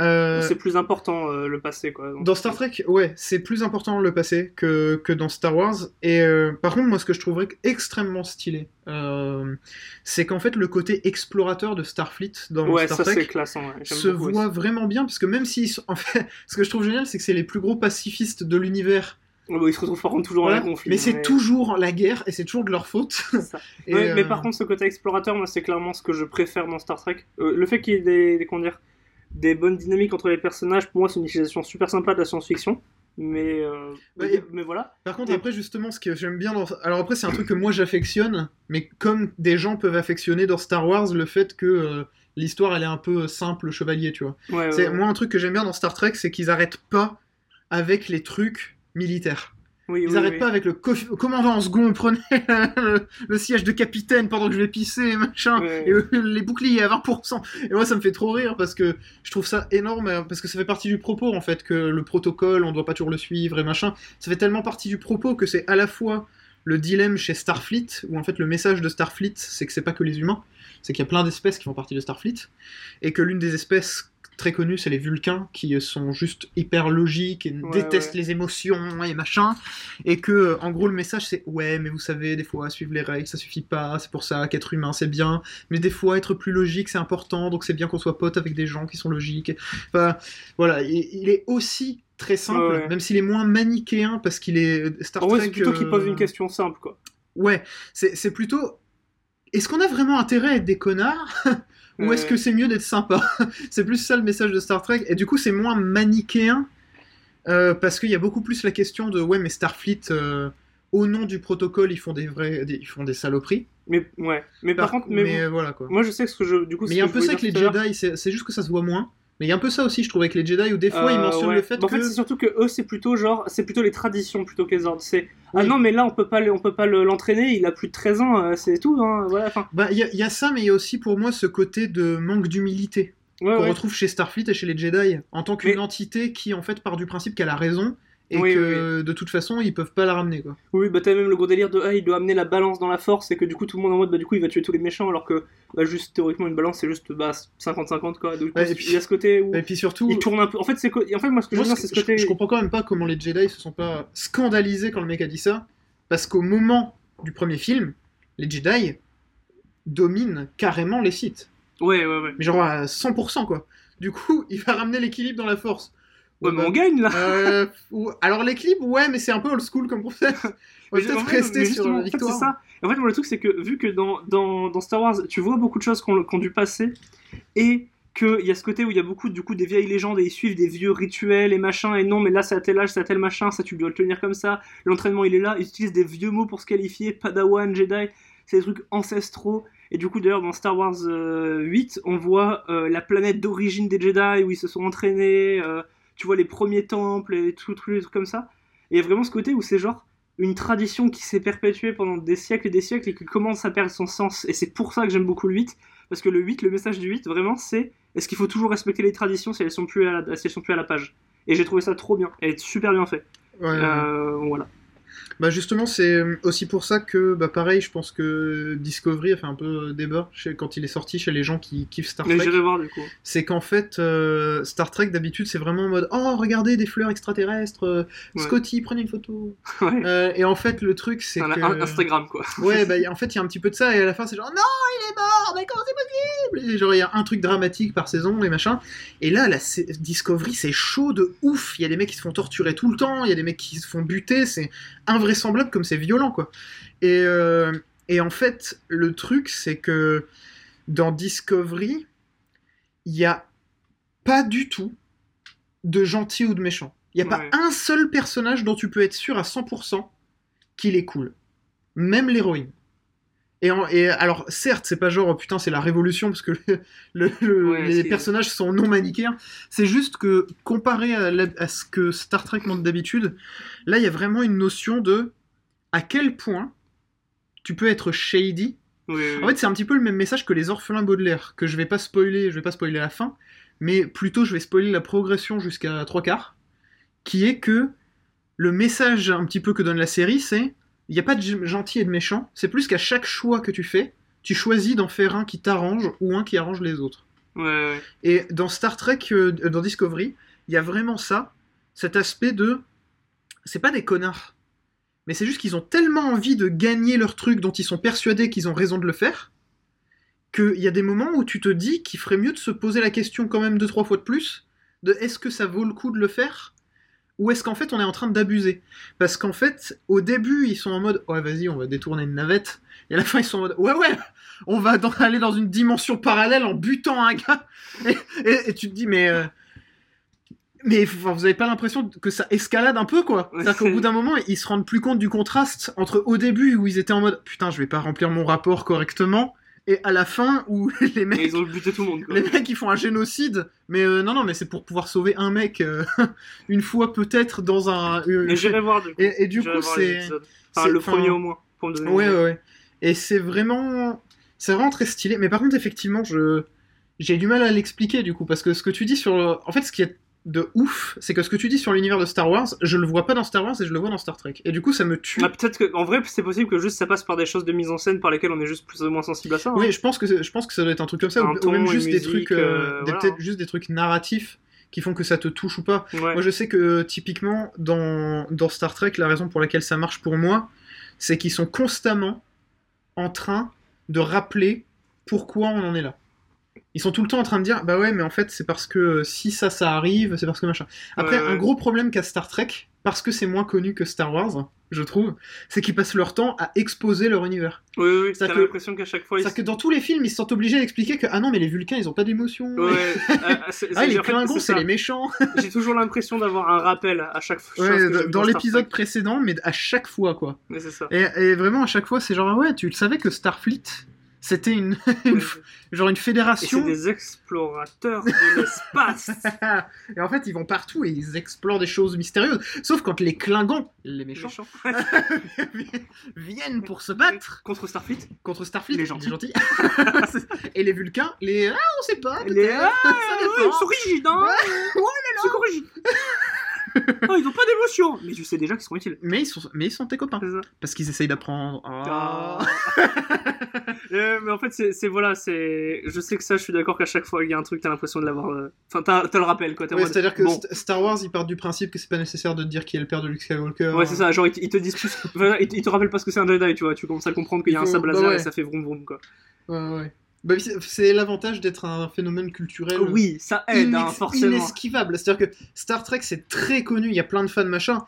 S3: euh,
S4: C'est plus important, euh, le passé, quoi. Donc,
S3: Dans Star Trek, ouais, c'est plus important le passé que, que dans Star Wars. Et euh, par contre, moi, ce que je trouverais extrêmement stylé, euh, c'est qu'en fait, le côté explorateur de Starfleet dans
S4: Ouais,
S3: Star
S4: ça,
S3: Trek
S4: c'est classant. ouais, j'aime
S3: se
S4: beaucoup aussi.
S3: voit vraiment bien parce que même si en fait ce que je trouve génial c'est que c'est les plus gros pacifistes de l'univers
S4: Ouais, bah, ils se retrouvent par contre toujours
S3: Voilà.
S4: dans un conflit.
S3: mais c'est toujours la guerre et c'est toujours de leur faute
S4: c'est ça.
S3: Et,
S4: Ouais, Mais
S3: euh,
S4: par contre, ce côté explorateur, moi, c'est clairement ce que je préfère dans Star Trek. Euh, le fait qu'il y ait des, des, comment dire, des bonnes dynamiques entre les personnages, pour moi, c'est une utilisation super sympa de la science-fiction. Mais, euh,
S3: Bah,
S4: mais,
S3: et-
S4: mais voilà.
S3: par contre après justement ce que j'aime bien dans alors après c'est un truc que moi j'affectionne mais comme des gens peuvent affectionner dans Star Wars le fait que euh, l'histoire elle est un peu simple chevalier tu vois
S4: Ouais,
S3: c'est
S4: Euh, ouais,
S3: moi un truc que j'aime bien dans Star Trek c'est qu'ils arrêtent pas avec les trucs militaires
S4: oui,
S3: Ils
S4: oui,
S3: arrêtent
S4: oui.
S3: pas avec le co- commandant en second, prenez le, le siège de capitaine pendant que je vais pisser, machin,
S4: Ouais.
S3: et euh, les boucliers à 20%. Et moi, ça me fait trop rire parce que je trouve ça énorme, euh, parce que ça fait partie du propos en fait, que le protocole, on doit pas toujours le suivre et machin. Ça fait tellement partie du propos que c'est à la fois le dilemme chez Starfleet, où en fait le message de Starfleet, c'est que c'est pas que les humains, c'est qu'il y a plein d'espèces qui font partie de Starfleet, et que l'une des espèces très connus, c'est les Vulcains, qui sont juste hyper logiques et
S4: Ouais,
S3: détestent
S4: ouais.
S3: les émotions et machin. Et que, euh, en gros, le message, c'est ouais, mais vous savez, des fois, suivre les règles, ça suffit pas, c'est pour ça qu'être humain, c'est bien. Mais des fois, être plus logique, c'est important, donc c'est bien qu'on soit pote avec des gens qui sont logiques. Enfin, voilà, il, il est aussi très simple,
S4: Ouais, ouais.
S3: même s'il est moins manichéen, parce qu'il est euh, Star
S4: En vrai,
S3: Trek,
S4: c'est plutôt qu'il pose
S3: euh,
S4: une question simple, quoi.
S3: Ouais, c'est c'est plutôt. Est-ce qu'on a vraiment intérêt à être des connards Ou est-ce
S4: Euh,
S3: que c'est mieux d'être sympa C'est plus ça le message de Star Trek. Et du coup, c'est moins manichéen. euh, parce qu'il y a beaucoup plus la question de ouais, mais Starfleet, euh, au nom du protocole, ils font des vrais, des- ils font des saloperies.
S4: Mais, ouais. mais par, contre, mais,
S3: euh, voilà quoi.
S4: moi je sais que ce que je. Du coup, ce
S3: mais il y a un
S4: que
S3: peu
S4: je
S3: ça avec
S4: voulais
S3: les
S4: dire tout à
S3: Jedi, c'est c'est juste que ça se voit moins. Mais il y a un peu ça aussi, je trouve, avec les Jedi, où des fois ils
S4: Euh,
S3: mentionnent
S4: ouais.
S3: le fait
S4: Bah, En
S3: que.
S4: fait, c'est surtout que eux, c'est plutôt genre, c'est plutôt les traditions plutôt que les ordres. C'est ah
S3: Oui.
S4: non, mais là, on peut pas, le- on peut pas le- l'entraîner. Il a plus de 13 ans, euh, c'est tout. Hein. Voilà. Enfin,
S3: Bah, il y, a- il y a ça, mais il y a aussi pour moi ce côté de manque d'humilité.
S4: ouais,
S3: qu'on
S4: ouais.
S3: retrouve chez Starfleet et chez les Jedi en tant qu'une
S4: Mais-
S3: entité qui en fait part du principe qu'elle a raison et
S4: Oui,
S3: que de toute façon ils peuvent pas la ramener quoi.
S4: Oui, bah t'as même le gros délire de ah, il doit amener la balance dans la force et que du coup tout le monde est en mode bah du coup il va tuer tous les méchants alors que bah juste théoriquement une balance c'est juste bah 50-50 quoi. Donc
S3: Ouais, et puis-
S4: il y a ce côté où
S3: Et puis surtout,
S4: il tourne un peu. En fait, c'est co- en fait moi ce que
S3: moi,
S4: je veux dire c'est
S3: ce
S4: ce
S3: que-
S4: côté.
S3: je, je comprends quand même pas comment les Jedi se sont pas scandalisés quand le mec a dit ça parce qu'au moment du premier film, les Jedi dominent carrément les sites,
S4: Ouais, ouais, ouais.
S3: mais genre à 100% quoi. Du coup, il va ramener l'équilibre dans la force.
S4: Ouais,
S3: Ouais,
S4: mais
S3: bah,
S4: on gagne là.
S3: euh, ou- alors l'équilibre, ouais, mais c'est un peu old school comme concept. On va
S4: Mais en
S3: peut-être
S4: fait, mais
S3: rester sur
S4: justement, en
S3: la
S4: fait, c'est
S3: victoire.
S4: ça. En fait, moi, le truc, c'est que vu que dans, dans, dans Star Wars, tu vois beaucoup de choses qu'on qu'on du passé, et qu'il y a ce côté où il y a beaucoup du coup des vieilles légendes et ils suivent des vieux rituels et machin, et non, mais là, c'est à tel âge, c'est à tel machin, ça, tu dois le tenir comme ça, l'entraînement, il est là, ils utilisent des vieux mots pour se qualifier, Padawan, Jedi, c'est des trucs ancestraux. Et du coup, d'ailleurs, dans Star Wars euh, 8, on voit euh, la planète d'origine des Jedi où ils se sont entraînés, euh, tu vois les premiers temples et tout, tous les trucs comme ça. Et il y a vraiment ce côté où c'est genre une tradition qui s'est perpétuée pendant des siècles et des siècles et qui commence à perdre son sens. Et c'est pour ça que j'aime beaucoup le 8, parce que le 8, le message du 8, vraiment, c'est est-ce qu'il faut toujours respecter les traditions si elles sont plus à la, si elles sont plus à la page Et j'ai trouvé ça trop bien, elle est super bien faite.
S3: Ouais, ouais, ouais.
S4: Euh, voilà.
S3: Bah justement, c'est aussi pour ça que, bah pareil, je pense que Discovery a fait un peu débat chez- quand il est sorti chez les gens qui kiffent Star
S4: Mais j'irai
S3: Trek.
S4: voir du coup.
S3: C'est qu'en fait, euh, Star Trek d'habitude, c'est vraiment en mode Oh, regardez des fleurs extraterrestres, euh,
S4: Ouais.
S3: Scotty, prenez une photo.
S4: Ouais.
S3: Euh, et en fait, le truc, c'est
S4: Un-
S3: que.
S4: un- Instagram quoi.
S3: Ouais, bah y a- en fait, il y a un petit peu de ça, et à la fin, c'est genre Non, il est mort, mais comment Ah, c'est possible Et genre, il y a un truc dramatique par saison et machin. Et là, la sé- Discovery, c'est chaud de ouf. Il y a des mecs qui se font torturer tout le temps, il y a des mecs qui se font buter, c'est invraisemblable comme c'est violent, quoi. Et, euh, et en fait, le truc, c'est que dans Discovery, il n'y a pas du tout de gentil ou de méchant. Il n'y a
S4: Ouais.
S3: pas un seul personnage dont tu peux être sûr à 100% qu'il est cool. Même l'héroïne. Et, en- et alors, certes, c'est pas genre oh, putain, c'est la révolution parce que le- le- le-
S4: Ouais,
S3: les
S4: c'est-
S3: personnages sont non manichéens. C'est juste que comparé à, la- à ce que Star Trek montre d'habitude, là il y a vraiment une notion de à quel point tu peux être shady.
S4: Oui, oui, oui.
S3: En fait, c'est un petit peu le même message que les orphelins Baudelaire, que je vais pas spoiler, je vais pas spoiler la fin, mais plutôt je vais spoiler la progression jusqu'à trois quarts, qui est que le message un petit peu que donne la série, c'est il n'y a pas de g- gentil et de méchant, c'est plus qu'à chaque choix que tu fais, tu choisis d'en faire un qui t'arrange ou un qui arrange les autres.
S4: Ouais, ouais.
S3: Et dans Star Trek, euh, euh, dans Discovery, il y a vraiment ça, cet aspect de. C'est pas des connards, mais c'est juste qu'ils ont tellement envie de gagner leur truc dont ils sont persuadés qu'ils ont raison de le faire, qu'il y a des moments où tu te dis qu'il ferait mieux de se poser la question quand même deux, trois fois de plus, de est-ce que ça vaut le coup de le faire ou est-ce qu'en fait on est en train d'abuser Parce qu'en fait, au début, ils sont en mode ouais, vas-y, on va détourner une navette. Et à la fin, ils sont en mode ouais, ouais, on va dans- aller dans une dimension parallèle en butant un gars. Et, et tu te dis, mais. euh, mais enfin, vous avez pas l'impression que ça escalade un peu, quoi C'est-à-dire qu'au bout d'un moment, ils se rendent plus compte du contraste entre au début où ils étaient en mode putain, je vais pas remplir mon rapport correctement, et à la fin où les
S4: Et
S3: mecs.
S4: ils ont buté tout le monde quoi.
S3: Les mecs, ils font un génocide, mais euh, non, non, mais c'est pour pouvoir sauver un mec euh, une fois peut-être dans un. euh,
S4: Mais j'irai voir du coup.
S3: et, et du
S4: J'irai
S3: coup,
S4: voir les
S3: c'est.
S4: épisodes. Enfin,
S3: c'est-
S4: le
S3: enfin,
S4: premier au moins. Pour me donner une
S3: Ouais,
S4: idée.
S3: ouais, ouais. Et c'est vraiment. C'est vraiment très stylé. Mais par contre, effectivement, je. J'ai du mal à l'expliquer du coup, parce que ce que tu dis sur. le- En fait, ce qui est de ouf, c'est que ce que tu dis sur l'univers de Star Wars, je le vois pas dans Star Wars et je le vois dans Star Trek. Et du coup, ça me tue.
S4: Ah, peut-être que, en vrai, c'est possible que juste ça passe par des choses de mise en scène par lesquelles on est juste plus ou moins sensible à ça. hein.
S3: Oui, je pense que c'est- je pense que ça doit être un truc comme ça,
S4: Un
S3: ou, ou
S4: ton,
S3: même
S4: une
S3: juste des
S4: musique,
S3: trucs,
S4: euh,
S3: euh, des-
S4: voilà.
S3: peut-être juste des trucs narratifs qui font que ça te touche ou pas.
S4: Ouais.
S3: Moi, je sais que typiquement dans dans Star Trek, la raison pour laquelle ça marche pour moi, c'est qu'ils sont constamment en train de rappeler pourquoi on en est là. Ils sont tout le temps en train de dire bah ouais mais en fait c'est parce que euh, si ça ça arrive c'est parce que machin. Après
S4: Ouais, ouais.
S3: un gros problème qu'a Star Trek parce que c'est moins connu que Star Wars je trouve c'est qu'ils passent leur temps à exposer leur univers.
S4: Oui, oui, oui, t'as
S3: C'est-à-dire que-
S4: l'impression qu'à chaque fois, ils...
S3: C'est-à-dire que dans tous les films, ils se sont obligés d'expliquer que ah non, mais les Vulcains, ils ont pas d'émotion.
S4: Ouais, ah, ah, c'est-
S3: Ah,
S4: c'est-
S3: les
S4: en fait,
S3: Klingons,
S4: c'est
S3: c'est
S4: ça.
S3: les méchants.
S4: J'ai toujours l'impression d'avoir un rappel à chaque fois.
S3: Ouais, dans dans l'épisode précédent, mais à chaque fois, quoi.
S4: Mais c'est ça.
S3: Et, et vraiment, à chaque fois, c'est genre, ah ouais, tu le savais que Starfleet, c'était une, une
S4: Et
S3: f- genre une
S4: c'est
S3: fédération.
S4: des explorateurs de l'espace.
S3: et en fait, ils vont partout et ils explorent des choses mystérieuses. Sauf quand les Klingons, les méchants,
S4: Méchants.
S3: viennent pour se battre
S4: Contre Starfleet.
S3: contre Starfleet.
S4: Les gentils.
S3: et les Vulcains, les ah, on sait pas.
S4: Les-
S3: peut-être.
S4: ah,
S3: Ça
S4: ouais,
S3: dépend.
S4: ils sont rigides, hein Ils sont rigides. oh, ils ont pas d'émotion. Mais tu sais déjà qu'ils sont utiles.
S3: Mais ils sont, mais ils sont tes copains.
S4: C'est ça.
S3: Parce qu'ils essayent d'apprendre. Ah.
S4: Euh, mais en fait, c'est c'est- voilà, c'est. Je sais que ça, je suis d'accord qu'à chaque fois, il y a un truc, t'as l'impression de l'avoir. euh, Enfin, t'as t'as le rappel, quoi. t'es en
S3: Ouais,
S4: mode,
S3: c'est-à-dire que
S4: bon.
S3: St- Star Wars, ils partent du principe que c'est pas nécessaire de te dire qui est le père de Luke Skywalker.
S4: Ouais, c'est ça, genre ils te, ils te disent plus. enfin, ils, te, ils te rappellent pas ce que c'est un Jedi, tu vois. Tu commences à comprendre qu'il y a un
S3: Ils font-
S4: sable
S3: bah
S4: laser et
S3: ouais.
S4: ça fait vroom vroom, quoi.
S3: Ouais, ouais. Bah, c'est- c'est l'avantage d'être un phénomène culturel
S4: Ah Oui, ça
S3: inex-
S4: aide, hein, forcément.
S3: inesquivable. C'est-à-dire que Star Trek, c'est très connu, il y a plein de fans, machin.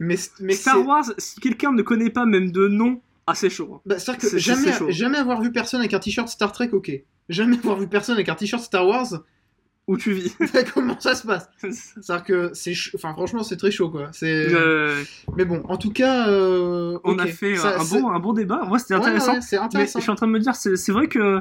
S3: Mais, mais c'est-
S4: Star Wars, si quelqu'un ne connaît pas même de nom, ah, c'est chaud. hein.
S3: Bah, c'est-à-dire que
S4: C'est- c'est-
S3: jamais,
S4: c'est chaud.
S3: jamais avoir vu personne avec un t-shirt Star Trek, ok. Jamais avoir vu personne avec un t-shirt Star Wars, bah,
S4: Où tu vis.
S3: comment ça se passe C'est-à-dire que c'est, ch- enfin franchement, c'est très chaud quoi. C'est,
S4: Euh,
S3: mais bon, en tout cas, euh,
S4: on
S3: ok.
S4: a fait
S3: Ça-
S4: un,
S3: c'est-
S4: bon, un bon débat. En vrai, c'était
S3: Ouais,
S4: intéressant.
S3: ouais, c'est
S4: Mais
S3: intéressant.
S4: je suis en train de me dire, c'est c'est vrai que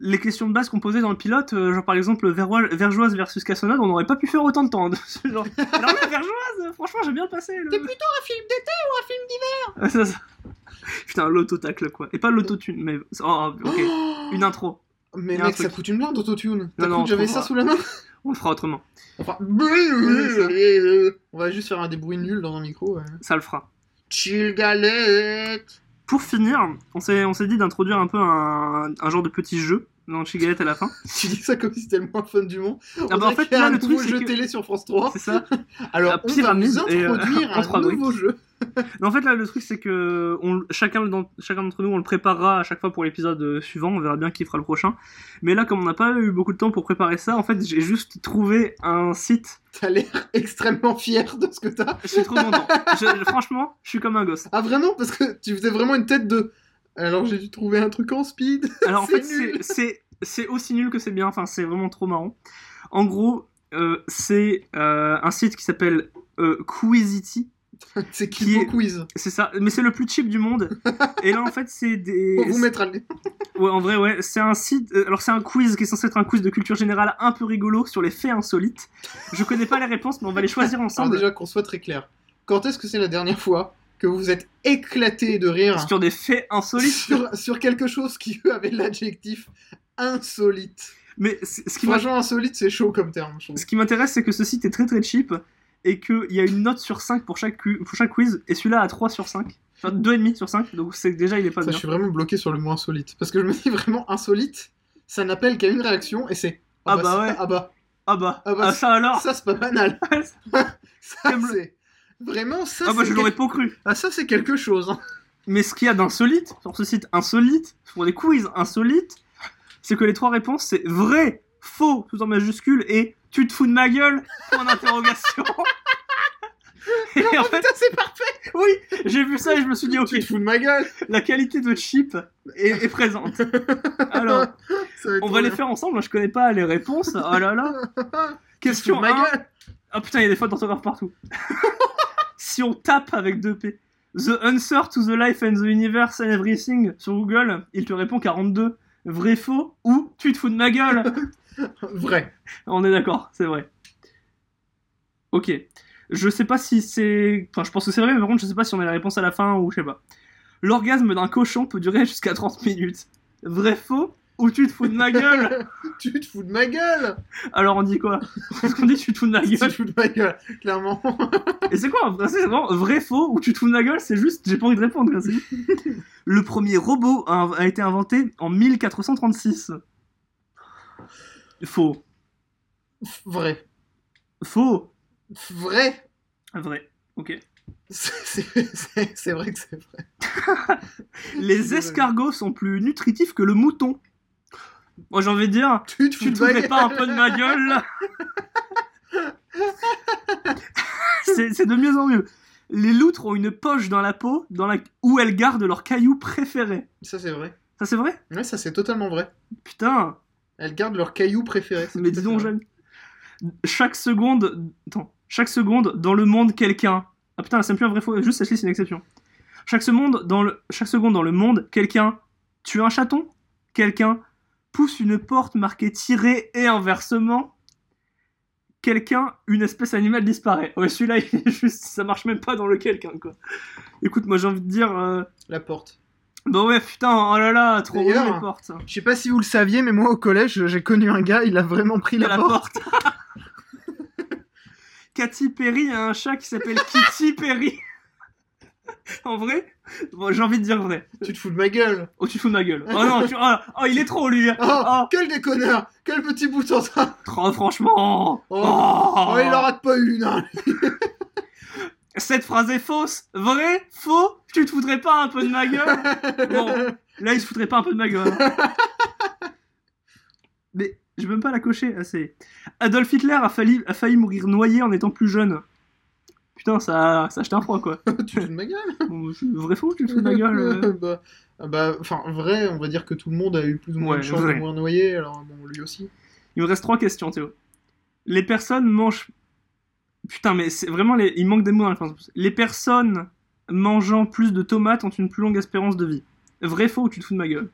S4: les questions de base qu'on posait dans le pilote, euh, genre par exemple Verroi- Vergeoise versus Cassonade, on n'aurait pas pu faire autant de temps. de ce genre. Alors là, Vergeoise, franchement, j'ai bien passé. le-
S5: T'es plutôt
S3: Ah,
S5: un film d'été ou un film d'hiver
S4: Ah, ça, ça. Putain, l'autotacle quoi. Et pas l'autotune, mais. Oh, ok.
S3: Oh
S4: Une intro.
S3: Mais
S4: Y a un
S3: mec,
S4: truc.
S3: ça coûte une blinde d'autotune. T'as
S4: Non,
S3: cru
S4: non,
S3: que j'avais
S4: faut
S3: ça
S4: voir.
S3: sous la main
S4: On le fera autrement.
S3: Enfin,
S4: Oui,
S3: on va juste faire un débrouille nul dans un micro. ouais.
S4: Ça le fera.
S3: Chill galette.
S4: Pour finir, on s'est on s'est dit d'introduire un peu un, un genre de petit jeu dans Chigalette à la fin.
S3: Tu dis ça comme si c'était le moins fun du monde.
S4: bah, en fait, là, le truc, c'est
S3: jeu
S4: que-
S3: télé sur France 3.
S4: C'est ça
S3: Alors,
S4: la
S3: on va
S4: pyramide
S3: nous
S4: et, euh,
S3: introduire
S4: en
S3: un
S4: trois
S3: nouveau
S4: briques.
S3: jeu.
S4: Mais en fait, là, le truc, c'est que on, chacun, d'en- chacun d'entre nous, on le préparera à chaque fois pour l'épisode euh, suivant. On verra bien qui fera le prochain. Mais là, comme on n'a pas eu beaucoup de temps pour préparer ça, en fait, j'ai juste trouvé un site.
S3: T'as l'air extrêmement fier de ce que t'as.
S4: Je suis trop content. Je- franchement, je suis comme un gosse.
S3: Ah, vraiment Parce que tu faisais vraiment une tête de. Alors, j'ai dû trouver un truc en speed.
S4: Alors en
S3: C'est
S4: fait, c'est-
S3: nul.
S4: c'est c'est aussi nul que c'est bien. Enfin, c'est vraiment trop marrant. En gros, euh, c'est euh, un site qui s'appelle euh, Quizity.
S3: C'est
S4: Qui
S3: qui
S4: est-
S3: au quiz
S4: C'est ça. Mais c'est le plus cheap du monde. Et là, en fait, c'est des.
S3: Pour vous mettre à l-
S4: Ouais, en vrai, ouais, c'est un site. euh, Alors, c'est un quiz qui est censé être un quiz de culture générale un peu rigolo sur les faits insolites. Je connais pas les réponses, mais on va les choisir
S3: Alors,
S4: ensemble.
S3: déjà, qu'on soit très clair. Quand est-ce que c'est la dernière fois que vous vous êtes éclaté de rire
S4: Sur des faits insolites.
S3: sur, sur quelque chose qui eux, avait l'adjectif insolite.
S4: Mais c- ce qui m'a-
S3: Franchement, insolite, c'est chaud comme terme, je trouve.
S4: ce qui m'intéresse, c'est que ce site est très très cheap et qu'il y a une note sur 5 pour chaque, cu- pour chaque quiz et celui-là à 3 sur 5. Enfin, 2,5 sur 5, donc c'est que déjà il est pas
S3: Ça, je
S4: bien.
S3: suis vraiment bloqué sur le mot insolite. Parce que je me dis vraiment insolite, ça n'appelle qu'à une réaction et c'est.
S4: Ah bah
S3: ça-
S4: ouais.
S3: Ah bah.
S4: Ah bah,
S3: Ah bah,
S4: ah, ça alors
S3: Ça, c'est pas banal. ça,
S4: Comme le-
S3: c'est. Vraiment, ça,
S4: Ah bah,
S3: c'est
S4: je
S3: quel-
S4: l'aurais pas cru.
S3: ah, ça, c'est quelque chose. hein.
S4: Mais ce qu'il y a d'insolite sur ce site insolite, sur des quiz insolites, c'est que les trois réponses c'est vrai, faux, tout en majuscule et tu te fous de ma gueule, point d'interrogation. et en fait,
S3: Putain, c'est parfait.
S4: oui, j'ai vu ça et je me suis dit, ok,
S3: Tu te fous de ma gueule.
S4: la qualité de chip est, est présente. Alors,
S3: Ça être
S4: on
S3: trop
S4: va les
S3: bien.
S4: faire ensemble, je connais pas les réponses. Oh là là.
S3: Tu te fous de
S4: Question
S3: ma
S4: 1.
S3: gueule.
S4: Ah putain, il y a des fautes d'orthographe partout. si on tape avec deux P, The Answer to the Life and the Universe and Everything sur Google, il te répond 42. Vrai, faux ou tu te fous de ma gueule
S3: Vrai.
S4: On est d'accord, c'est vrai. Ok. Je sais pas si c'est. Enfin, je pense que c'est vrai, mais par contre, je sais pas si on a la réponse à la fin ou je sais pas. L'orgasme d'un cochon peut durer jusqu'à 30 minutes. Vrai, faux ou tu te fous de ma gueule.
S3: Tu te fous de ma gueule
S4: Alors on dit quoi Parce qu'on dit tu te fous de ma
S3: Tu te
S4: gueule.
S3: fous de ma gueule, clairement.
S4: Et c'est quoi en français, C'est vraiment vrai faux ou tu te fous de ma gueule C'est juste, j'ai pas envie de répondre. quoi, c'est tout. Le premier robot a, a été inventé en 1436. Faux.
S3: Vrai.
S4: Faux.
S3: Vrai
S4: Vrai. Ok.
S3: C'est c'est- c'est vrai que c'est vrai.
S4: Les escargots sont plus nutritifs que le mouton. Moi j'ai envie de dire,
S3: Tu te fous
S4: tu
S3: de
S4: te
S3: ma
S4: foutais
S3: gueule
S4: pas un peu de ma gueule là c'est, c'est de mieux en mieux. Les loutres ont une poche dans la peau dans la... où elles gardent leurs cailloux préférés.
S3: Ça c'est vrai.
S4: Ça c'est vrai
S3: Ouais, ça c'est totalement vrai.
S4: Putain
S3: Elles gardent leur caillou préféré. c'est
S4: Mais dis
S3: tout à fait
S4: donc,
S3: vrai.
S4: jeune. Chaque seconde. Attends. Chaque seconde, dans le monde, quelqu'un. Ah putain, c'est même plus un vrai faux. Juste, Ashley, c'est une exception. Chaque seconde, dans le, chaque seconde, dans le monde, quelqu'un tue un chaton. Quelqu'un pousse une porte marquée tirée et inversement. Quelqu'un, une espèce animale disparaît. Ouais, celui-là, il est juste. Ça marche même pas dans le quelqu'un, quoi. Écoute, moi, j'ai envie de dire. euh,
S3: La porte.
S4: Bah ouais, putain, oh là là, trop bien
S3: D'ailleurs,
S4: les portes.
S3: Je sais pas si vous le saviez, mais moi au collège, j'ai connu un gars, il a vraiment pris
S4: à la porte. Katy Perry a un chat qui s'appelle Kitty Perry. en vrai Bon, j'ai envie de dire vrai.
S3: Tu te fous de ma gueule.
S4: Oh, tu te fous de ma gueule. Oh non, tu... oh, oh, il est trop, lui.
S3: Oh,
S4: Oh,
S3: quel déconneur Quel petit bout en train
S4: trop, franchement.
S3: Oh. Oh, il en rate pas une hein.
S4: Cette phrase est fausse. Vrai Faux Tu te foutrais pas un peu de ma gueule Bon, là, il se foutrait pas un peu de ma gueule. hein. Mais je veux même pas la cocher. ah, c'est- Adolf Hitler a failli, a failli mourir noyé en étant plus jeune. Putain, ça, ça a acheté un froid, quoi.
S3: Tu te fous de ma gueule
S4: Bon, c'est vrai faux, tu te fous de ma gueule euh.
S3: Bah, bah, enfin, vrai, on va dire que tout le monde a eu plus ou moins
S4: Ouais,
S3: de chance
S4: vrai.
S3: de mourir noyé, alors bon, lui aussi.
S4: Il me reste trois questions, Théo. Les personnes mangent... Putain, mais c'est vraiment... Les... Il manque des mots hein, dans la phrase. Les personnes mangeant plus de tomates ont une plus longue espérance de vie. Vrai faux ou tu te fous de ma gueule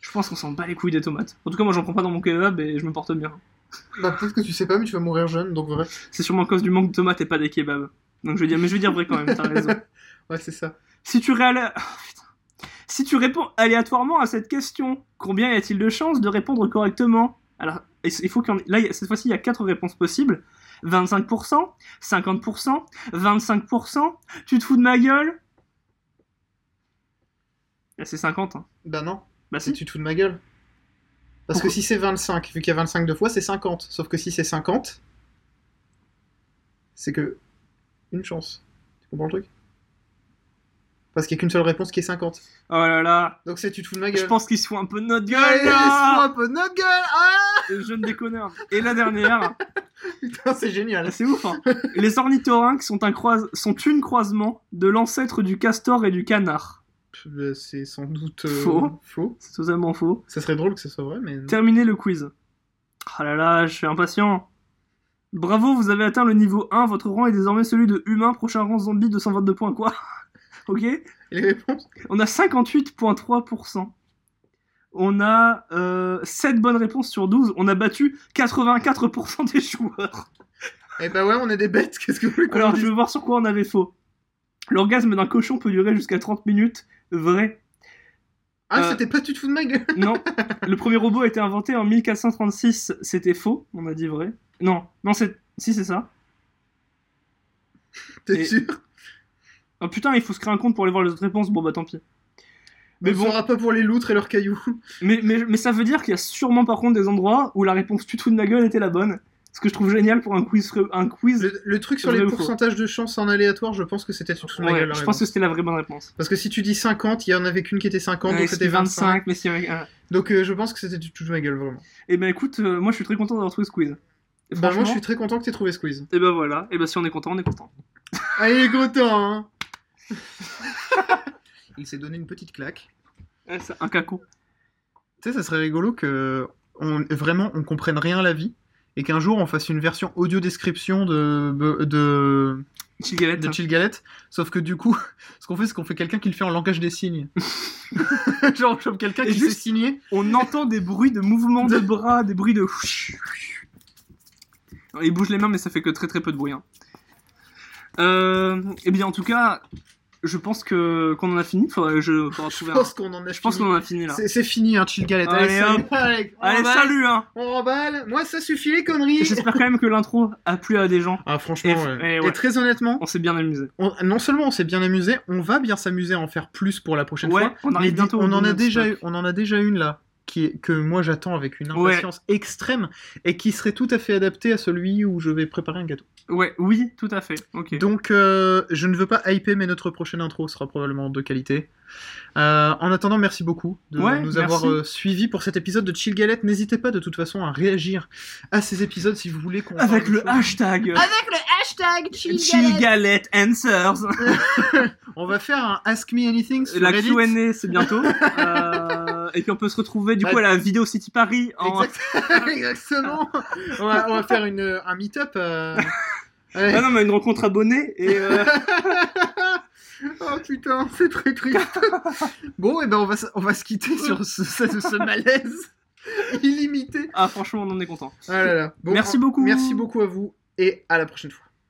S4: Je pense qu'on s'en bat les couilles des tomates. En tout cas, moi, j'en prends pas dans mon kebab et je me porte bien.
S3: Bah, peut-être que tu sais pas, mais tu vas mourir jeune, donc vrai.
S4: C'est sûrement à cause du manque de tomates et pas des kebabs. Donc je vais dire... Mais je vais dire vrai quand même, t'as raison.
S3: Ouais, c'est ça.
S4: Si tu, réal- Ah, putain. si tu réponds aléatoirement à cette question, combien y a-t-il de chances de répondre correctement Alors, il faut qu'il y en ait- Là, il y a- cette fois-ci, il y a 4 réponses possibles. 25%, 50%, 25%, tu te fous de ma gueule Là, c'est 50. hein.
S3: Bah non,
S4: Bah
S3: si
S4: si.
S3: tu te fous de ma gueule. Parce
S4: Pourquoi
S3: que si c'est 25, vu qu'il y a 25 deux fois, c'est 50. Sauf que si c'est 50, c'est que une chance. Tu comprends le truc Parce qu'il n'y a qu'une seule réponse qui est 50.
S4: Oh là là,
S3: Donc c'est tu te fous de ma gueule.
S4: je pense qu'il se fout un peu de notre gueule
S3: Allez, laisse-moi
S4: là
S3: un peu de notre gueule Ah
S4: Le Jeune déconneur. Et la dernière,
S3: Putain, c'est
S4: là,
S3: génial.
S4: c'est ouf. hein. Les ornithorynques sont un, croise... sont une croisement de l'ancêtre du castor et du canard.
S3: Euh, C'est sans doute euh,
S4: Faux.
S3: faux.
S4: C'est totalement faux.
S3: Ça serait drôle que ce soit vrai, mais non.
S4: Terminez le quiz. Oh là là, je suis impatient. Bravo, vous avez atteint le niveau 1, votre rang est désormais celui de humain, prochain rang zombie 222 points, quoi. ok
S3: Et les réponses
S4: On a 58,3%. On a euh, 7 bonnes réponses sur 12. On a battu 84% des joueurs.
S3: Eh bah ouais, on est des bêtes, qu'est-ce que vous voulez qu'on
S4: Alors,
S3: dise
S4: je veux voir sur quoi on avait faux. L'orgasme d'un cochon peut durer jusqu'à 30 minutes. Vrai.
S3: Ah,
S4: euh,
S3: c'était pas tu te fous de ma gueule
S4: Non, le premier robot a été inventé en 1436, c'était faux, on a dit vrai. Non, non, c'est. Si, c'est ça.
S3: T'es
S4: et-
S3: sûr
S4: Oh putain, il faut se créer un compte pour aller voir les autres réponses, bon bah tant pis.
S3: Mais
S4: Mais
S3: bon.
S4: bon,
S3: pas pour les loutres et leurs cailloux.
S4: mais, mais, mais ça veut dire qu'il y a sûrement par contre des endroits où la réponse tu te fous de ma gueule était la bonne. Ce que je trouve génial pour un quiz. Un quiz
S3: Le, le truc sur
S4: Vrai
S3: les
S4: ou faux
S3: pourcentages de chances en aléatoire, je pense que c'était tout de ma
S4: Ouais,
S3: gueule. la
S4: je
S3: réponse.
S4: pense que c'était la vraie bonne réponse.
S3: Parce que si tu dis 50, il y en avait qu'une qui était 50,
S4: Ouais,
S3: donc c'était 25.
S4: mais si. euh,
S3: Donc euh, je pense que c'était du tout de ma gueule, vraiment.
S4: Eh ben écoute, euh, moi je suis très content d'avoir trouvé ce quiz. Et
S3: Bah, moi,
S4: franchement,
S3: je suis très content que t'aies trouvé Squeeze.
S4: Et ben voilà, et ben si on est content, on est content.
S3: Ah, il est content, hein Il s'est donné une petite claque.
S4: Eh, c'est Un caco.
S3: Tu sais, ça serait rigolo que on, vraiment on comprenne rien à la vie et qu'un jour on fasse une version audio-description de, de
S4: Chigalette.
S3: de Chill Galette, sauf que du coup, ce qu'on fait, c'est qu'on fait quelqu'un qui le fait en langage des signes. Genre, on chope quelqu'un
S4: Et
S3: qui
S4: juste-
S3: sait signer.
S4: On entend des bruits de mouvements de bras, des bruits de. Non, Il bouge les mains, mais ça fait que très très peu de bruit. hein. Euh, eh bien, en tout cas, je pense que qu'on en a fini. Faudra, je, faudra
S3: Je
S4: trouver un-
S3: pense qu'on en a
S4: Je pense
S3: fini.
S4: qu'on en a fini là.
S3: C'est- C'est fini, hein, chill galette.
S4: Allez,
S3: salut.
S4: hop.
S3: Allez, on
S4: Allez,
S3: remballe,
S4: salut hein.
S3: On remballe. Moi, ça suffit les conneries.
S4: J'espère quand même que l'intro a plu à des gens.
S3: Ah, franchement,
S4: Et-
S3: ouais.
S4: et ouais.
S3: Et très honnêtement,
S4: On s'est bien amusé.
S3: on- non seulement on s'est bien amusé, on va bien s'amuser à en faire plus pour la prochaine
S4: Ouais,
S3: fois.
S4: on arrive
S3: Mais
S4: bientôt au
S3: On en
S4: bout
S3: a
S4: de
S3: déjà,
S4: notre
S3: eu- on en a déjà une là, qui est, que moi j'attends avec une
S4: Ouais.
S3: impatience extrême et qui serait tout à fait adaptée à celui où je vais préparer un gâteau.
S4: Ouais, oui, tout à fait. Ok.
S3: Donc, euh, je ne veux pas hyper, mais notre prochaine intro sera probablement de qualité. Euh, en attendant, merci beaucoup de
S4: Ouais,
S3: nous
S4: merci.
S3: avoir euh, suivis pour cet épisode de Chill Galette. N'hésitez pas de toute façon à réagir à ces épisodes si vous voulez qu'on parle
S4: Avec
S3: de
S4: le
S3: choses.
S4: hashtag
S2: Avec le hashtag
S4: Chill
S2: Chilgalette.
S4: Galette Answers.
S3: On va faire un Ask Me Anything sur
S4: Euh, La
S3: Reddit.
S4: Q&A, c'est bientôt. Euh, et puis on peut se retrouver du
S3: Bah-
S4: coup à la vidéo City Paris en.
S3: Exact- Exactement. on, va, on va faire une, un meet-up. euh, ouais.
S4: Ah non, mais une rencontre abonnée et. euh,
S3: Oh putain, c'est très triste. bon, et ben on va, se- on va se quitter sur ce, ce, ce malaise illimité.
S4: Ah, franchement, on en est content.
S3: Ah là là. Bon,
S4: Merci beaucoup.
S3: Merci beaucoup à vous et à la prochaine fois.